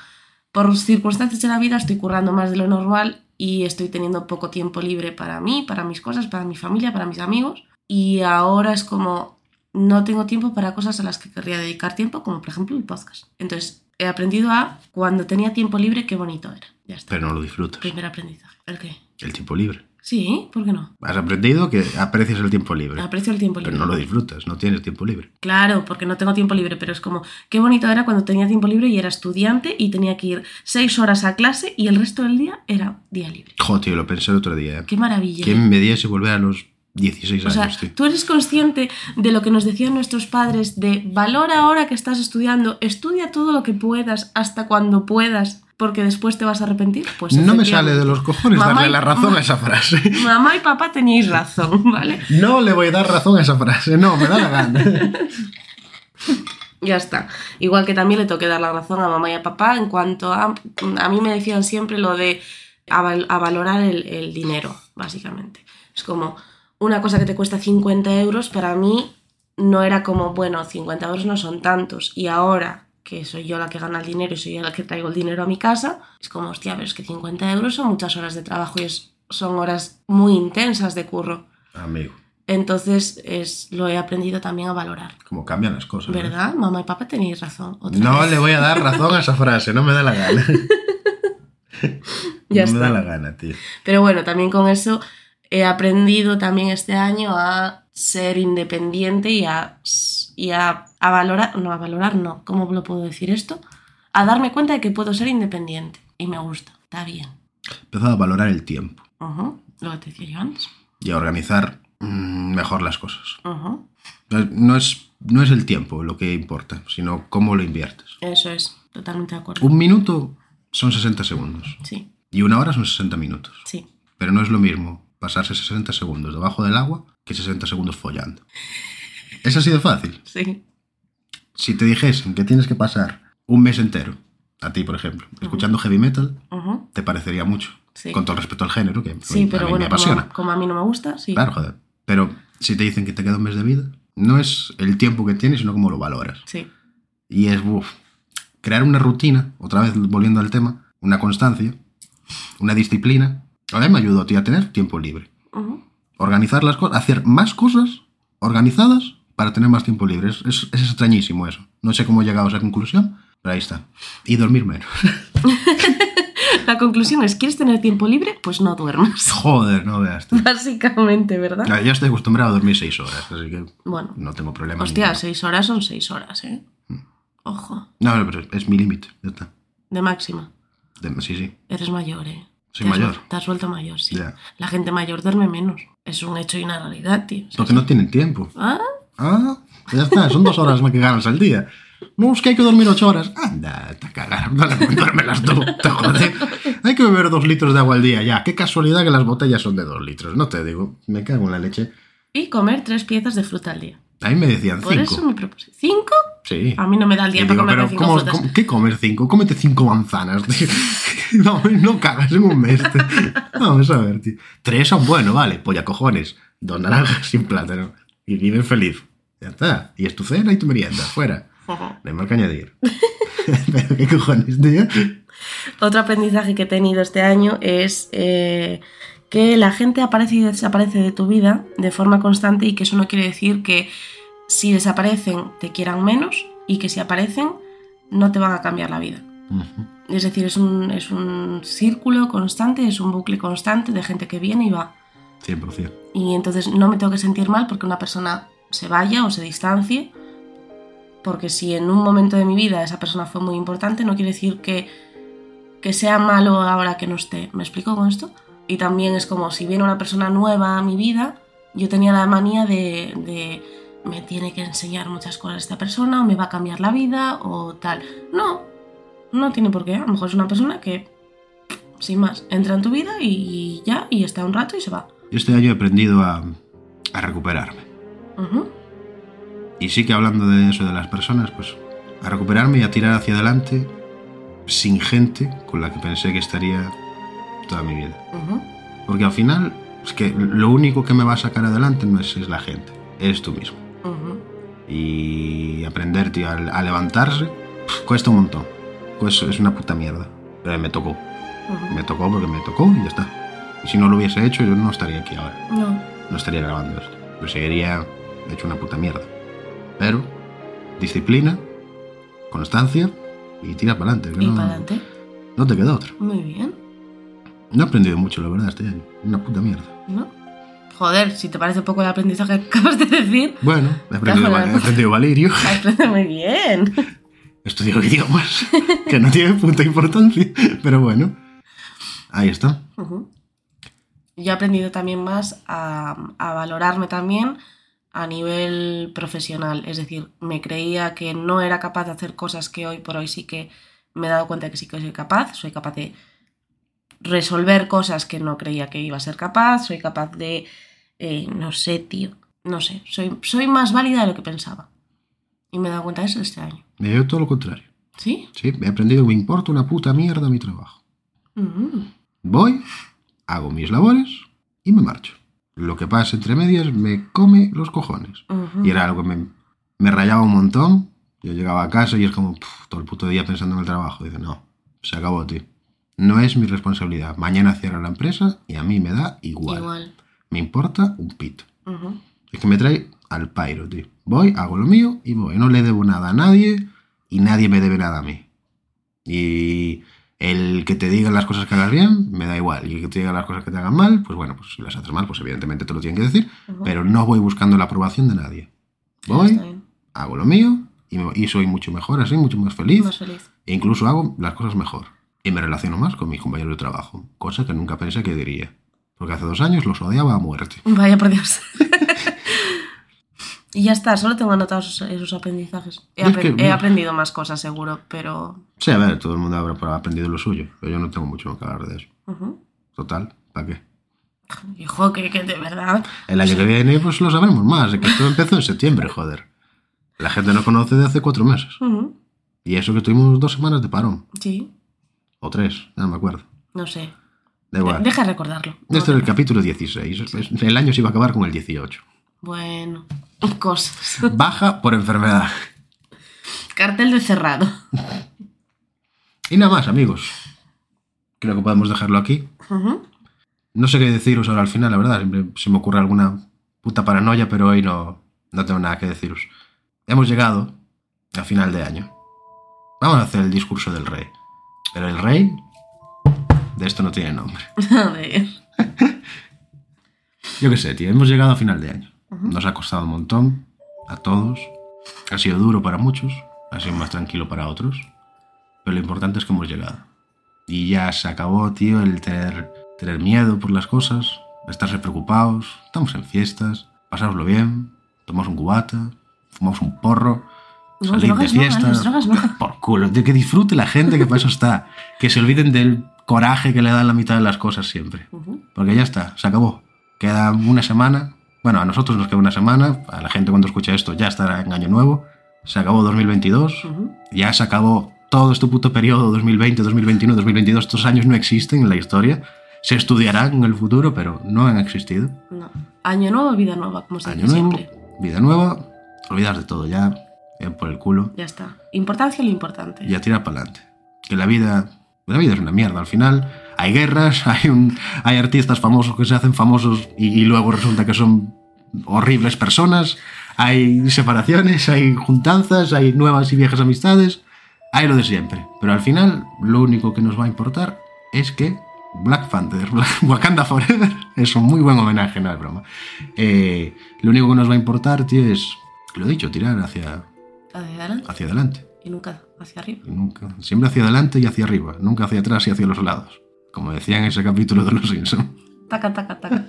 por circunstancias de la vida estoy currando más de lo normal y estoy teniendo poco tiempo libre para mí, para mis cosas, para mi familia, para mis amigos. Y ahora es como no tengo tiempo para cosas a las que querría dedicar tiempo, como por ejemplo el podcast. Entonces, he aprendido a cuando tenía tiempo libre, qué bonito era. Ya está. Pero no lo disfrutas. Primer aprendizaje. ¿El qué? El tiempo libre. Sí, ¿por qué no? Has aprendido que aprecias el tiempo libre. Aprecio el tiempo Pero libre. no lo disfrutas. No tienes tiempo libre. Claro, porque no tengo tiempo libre, pero es como, qué bonito era cuando tenía tiempo libre y era estudiante y tenía que ir seis horas a clase y el resto del día era día libre. Joder, tío, lo pensé el otro día. ¿eh? Qué maravilla. ¿Quién me diese volver a los 16 o sea, años, tío? tú eres consciente de lo que nos decían nuestros padres de valor ahora que estás estudiando, estudia todo lo que puedas hasta cuando puedas, porque después te vas a arrepentir. Pues no me efectivamente. sale de los cojones Mamá darle y- la razón a esa frase. Mamá y papá teníais razón, (laughs) ¿vale? No le voy a dar razón a esa frase, no, me da la gana. Ya está. Igual que también le toqué dar la razón a mamá y a papá en cuanto a... A mí me decían siempre lo de a, val- a valorar el, el dinero, básicamente. Es como una cosa que te cuesta 50 euros, para mí no era como, bueno, 50 euros no son tantos. Y ahora que soy yo la que gana el dinero y soy yo la que traigo el dinero a mi casa, es como, hostia, pero es que 50 euros son muchas horas de trabajo y es- son horas muy intensas de curro. (laughs) Amigo, Entonces es, lo he aprendido también a valorar. como cambian las cosas. ¿eh? ¿Verdad? Mamá y papá tenéis razón. Otra No vez. le voy a dar razón a esa frase, no me da la gana. (laughs) Ya no me está. da la gana, tío. Pero bueno, también con eso he aprendido también este año a ser independiente y a, y a, a valorar, no, a valorar no, ¿cómo lo puedo decir esto? A darme cuenta de que puedo ser independiente y me gusta, está bien. Empezaba a valorar el tiempo Ujú, Lo que te decía yo antes. y a organizar mm, mejor las cosas. Ujú, No es- No es, no es el tiempo lo que importa, sino cómo lo inviertes. Eso es, totalmente de acuerdo. Un minuto son 60 segundos Sí, y una hora son 60 minutos. sí. Pero no es lo mismo pasarse 60 segundos debajo del agua que 60 segundos follando. Es así de fácil. Sí, Si te dijesen que tienes que pasar un mes entero, a ti por ejemplo, escuchando heavy metal, ujú, te parecería mucho. Sí. Con todo el respeto al género, que sí, a pero mí bueno, me apasiona. Como, como a mí no me gusta, sí. Claro, joder. Pero si te dicen que te queda un mes de vida, no es el tiempo que tienes, sino cómo lo valoras. Sí, Y es, uff, crear una rutina, otra vez volviendo al tema, una constancia, una disciplina. A mí me ayudó, tío, a tener tiempo libre. ujú, Organizar las cosas, hacer más cosas organizadas para tener más tiempo libre. Es, es- es extrañísimo eso. No sé cómo he llegado a esa conclusión, pero ahí está. Y dormir menos. (laughs) La conclusión es, ¿quieres tener tiempo libre? Pues no duermas. Joder, no veas. tío. (laughs) Básicamente, ¿verdad? Ya estoy acostumbrado a dormir seis horas, así que Bueno, no tengo problema. hostia, ninguno. seis horas son seis horas, ¿eh? Mm. Ojo, No, no, pero es mi límite, ya está. de máxima. De- sí, sí. Eres mayor, ¿eh? Soy Te has- mayor. Te has vuelto mayor, sí. Ya. La gente mayor duerme menos. Es un hecho y una realidad, tío. O sea, Porque no tienen tiempo. ¿Ah? Ah, ya está, son dos horas las que ganas al día. No, es que hay que dormir ocho horas. Anda, te cagar, dale, duérmelas tú, te jode. Hay que beber dos litros de agua al día, ya. Qué casualidad que las botellas son de dos litros, no te digo. Me cago en la leche. Y comer tres piezas de fruta al día. A mí me decían Por eso cinco. mi propósito. ¿Cinco? Sí. A mí no me da el día Y para digo, comer pero cinco ¿cómo- frutas. cómo- ¿qué comer cinco? Cómete cinco manzanas, tío. (laughs) No, no cagas en un mes. tío. Vamos a ver, tío. Tres son bueno, vale, polla cojones. Dos naranjas sin plátano. Y vive feliz. Ya está. Y es tu cena y tu merienda. Fuera. Ujú. No hay más que añadir. (laughs) pero qué cojones, tío. Otro aprendizaje que he tenido este año es eh, que la gente aparece y desaparece de tu vida de forma constante y que eso no quiere decir que si desaparecen te quieran menos y que si aparecen no te van a cambiar la vida. Es decir, es un, es un círculo constante, es un bucle constante de gente que viene y va. 100%. Y entonces no me tengo que sentir mal porque una persona se vaya o se distancie, porque si en un momento de mi vida esa persona fue muy importante, no quiere decir que, que sea malo ahora que no esté. ¿Me explico con esto? Y también es como si viene una persona nueva a mi vida, yo tenía la manía de, de me tiene que enseñar muchas cosas esta persona, o me va a cambiar la vida, o tal. No, no tiene por qué. A lo mejor es una persona que, sin más, entra en tu vida y ya, y está un rato y se va. Yo este año he aprendido a, a recuperarme. Ujú. Y sí que hablando de eso de las personas, pues a recuperarme y a tirar hacia adelante sin gente con la que pensé que estaría toda mi vida. Ujú, Porque al final, es que lo único que me va a sacar adelante no es, es la gente, es tú mismo. ujú. Y aprender, tío, a, a levantarse, pf, cuesta un montón. Pues es una puta mierda. Pero me tocó. Me tocó porque me tocó y ya está. Y si no lo hubiese hecho, yo no estaría aquí ahora. No, No estaría grabando esto. Lo seguiría hecho una puta mierda. Pero, disciplina, constancia y tira para adelante. y No, para adelante. no te queda otra. Muy bien, No he aprendido mucho, la verdad, este año. Una puta mierda. ¿no? Joder, si te parece poco el aprendizaje que acabas de decir, (laughs) Bueno, he aprendido, Cajo, la he puta. aprendido Valirio, (laughs) aprende muy bien. he estudiado (laughs) idiomas, que no tiene puta importancia, pero bueno, ahí está. Ujú. Yo he aprendido también más a, a valorarme también a nivel profesional. Es decir, me creía que no era capaz de hacer cosas que hoy por hoy sí que me he dado cuenta que sí que soy capaz. Soy capaz de resolver cosas que no creía que iba a ser capaz. Soy capaz de... eh, no sé, tío. No sé. Soy, soy más válida de lo que pensaba. Y me he dado cuenta de eso este año. Me dio todo lo contrario. ¿Sí? Sí, he aprendido que me importa una puta mierda mi trabajo. Ujú. Voy, hago mis labores y me marcho. Lo que pasa entre medias me come los cojones. Ujú. Y era algo que me, me rayaba un montón. Yo llegaba a casa y es como puf, todo el puto día pensando en el trabajo. Dice, no, se acabó, tío. No es mi responsabilidad. Mañana cierra la empresa y a mí me da Igual. Me importa un pito. Ujú. Es que me trae al pairo, tío. Voy, hago lo mío y voy. No le debo nada a nadie y nadie me debe nada a mí. Y El que te diga las cosas que hagas bien, me da igual. Y el que te diga las cosas que te hagan mal, pues bueno, pues si las haces mal, pues evidentemente te lo tienen que decir. Ujú. Pero no voy buscando la aprobación de nadie. Está Voy, bien. hago lo mío y, me- y soy mucho mejor así, mucho más feliz. Más feliz. E incluso hago las cosas mejor. Y me relaciono más con mis compañeros de trabajo. Cosa que nunca pensé que diría. Porque hace dos años los odiaba a muerte. Vaya por Dios. (laughs) y ya está, solo tengo anotados esos, esos aprendizajes. He, Yo es apre- que- he aprendido más cosas, seguro, pero. Sí, a ver, todo el mundo habrá aprendido lo suyo. Pero yo no tengo mucho que hablar de eso. ujú. Total, ¿para qué? Hijo, que, que de verdad. El año que viene, pues lo sabremos más. Es que esto empezó en septiembre, joder. La gente nos conoce de hace cuatro meses. Ujú, Y eso que tuvimos dos semanas de parón. Sí, O tres, ya no me acuerdo. no sé. Da igual. Deja de recordarlo. Este era el capítulo 16. Es- El año se iba a acabar con el 18. Bueno, cosas. Baja por enfermedad. Cartel de cerrado. Y nada más, amigos. Creo que podemos dejarlo aquí. Ujú. (laughs) No sé qué deciros ahora al final, la verdad. Siempre se me ocurre alguna puta paranoia, pero hoy no, no tengo nada que deciros. Hemos llegado a final de año. Vamos a hacer el discurso del rey. Pero el rey de esto no tiene nombre. A ver. Yo qué sé, tío. Hemos llegado a final de año. Nos ha costado un montón. A todos. Ha sido duro para muchos. Ha sido más tranquilo para otros. Pero lo importante es que hemos llegado. Y ya se acabó, tío, el tener, tener miedo por las cosas. Estarse preocupados. Estamos en fiestas. Pasároslo bien. Tomamos un cubata. Fumamos un porro. No, Salir de drogas no, fiesta. las drogas no. Por culo, tío, que disfrute la gente que para eso está. Que se olviden del coraje que le dan la mitad de las cosas siempre. Ujú. Porque ya está, se acabó. Queda una semana. Bueno, a nosotros nos queda una semana. A la gente cuando escucha esto ya estará en año nuevo. Se acabó 2022. Ujú. Ya se acabó todo este puto periodo 2020, 2021, 2022. Estos años no existen en la historia. Se estudiarán en el futuro, pero no han existido. No. Año nuevo, vida nueva, como se Año dice nuevo, siempre. vida nueva. Olvidar de todo ya. Bien por el culo. Ya está. Importancia lo importante. y a tirar para adelante. Que la vida, la vida es una mierda al final. Hay guerras, (laughs) hay, un, hay artistas famosos que se hacen famosos y, y luego resulta que son horribles personas. Hay separaciones, hay juntanzas, hay nuevas y viejas amistades. Hay lo de siempre. Pero al final, lo único que nos va a importar es que Black Panther, (laughs) Black- Wakanda Forever, (laughs) es un muy buen homenaje, no es broma. Eh, lo único que nos va a importar, tío, es, lo dicho, tirar hacia, Hacia adelante hacia adelante. y nunca hacia arriba. Y Nunca. Siempre hacia adelante y hacia arriba, nunca hacia atrás y hacia los lados. Como decía en ese capítulo de Los Simpson. Taca, taca, taca.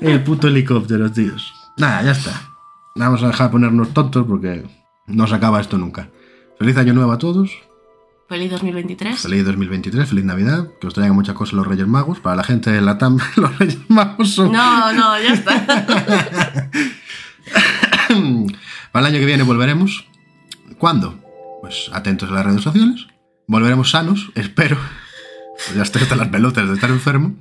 El puto helicóptero, tíos. Nada, ya está. Vamos a dejar de ponernos tontos porque no se acaba esto nunca. Feliz año nuevo a todos. Feliz 2023. Feliz 2023, feliz Navidad. Que os traigan muchas cosas los Reyes Magos. Para la gente de la TAM, (laughs) los Reyes Magos son... No, no, ya (laughs) está. (clears throat) Para el año que viene volveremos. ¿Cuándo? Pues atentos a las redes sociales. Volveremos sanos, (laughs) espero. Pues Ya estoy hasta las pelotas de estar enfermo.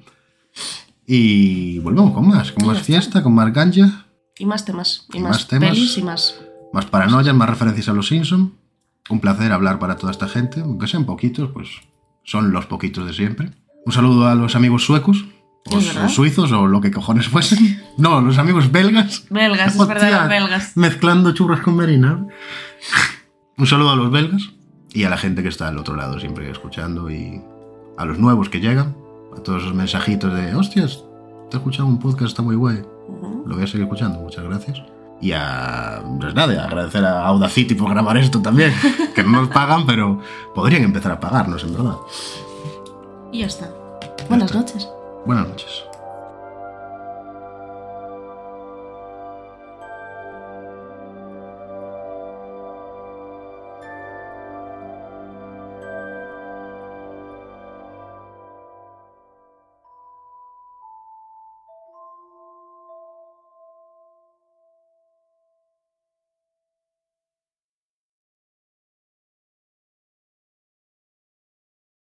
Y volvemos con más, con más fiesta, con más ganja, Y más temas. Y, Y más, más temas. pelis y más. más paranoias, más referencias a los Simpson. Un placer hablar para toda esta gente, aunque sean poquitos, pues son los poquitos de siempre. Un saludo a los amigos suecos, o, Es su- verdad. suizos, o lo que cojones fuesen. (laughs) No, los amigos belgas. Belgas, es Hostia, verdad, las belgas. Mezclando churras con merina. Un saludo a los belgas y a la gente que está al otro lado siempre escuchando y a los nuevos que llegan, a todos esos mensajitos de hostias, te he escuchado un podcast, está muy guay, Ujú. lo voy a seguir escuchando, muchas gracias. Y a, pues nada, agradecer a Audacity por grabar esto también, que no nos pagan, pero podrían empezar a pagarnos, en verdad. Y ya está. Buenas está. noches. Buenas noches.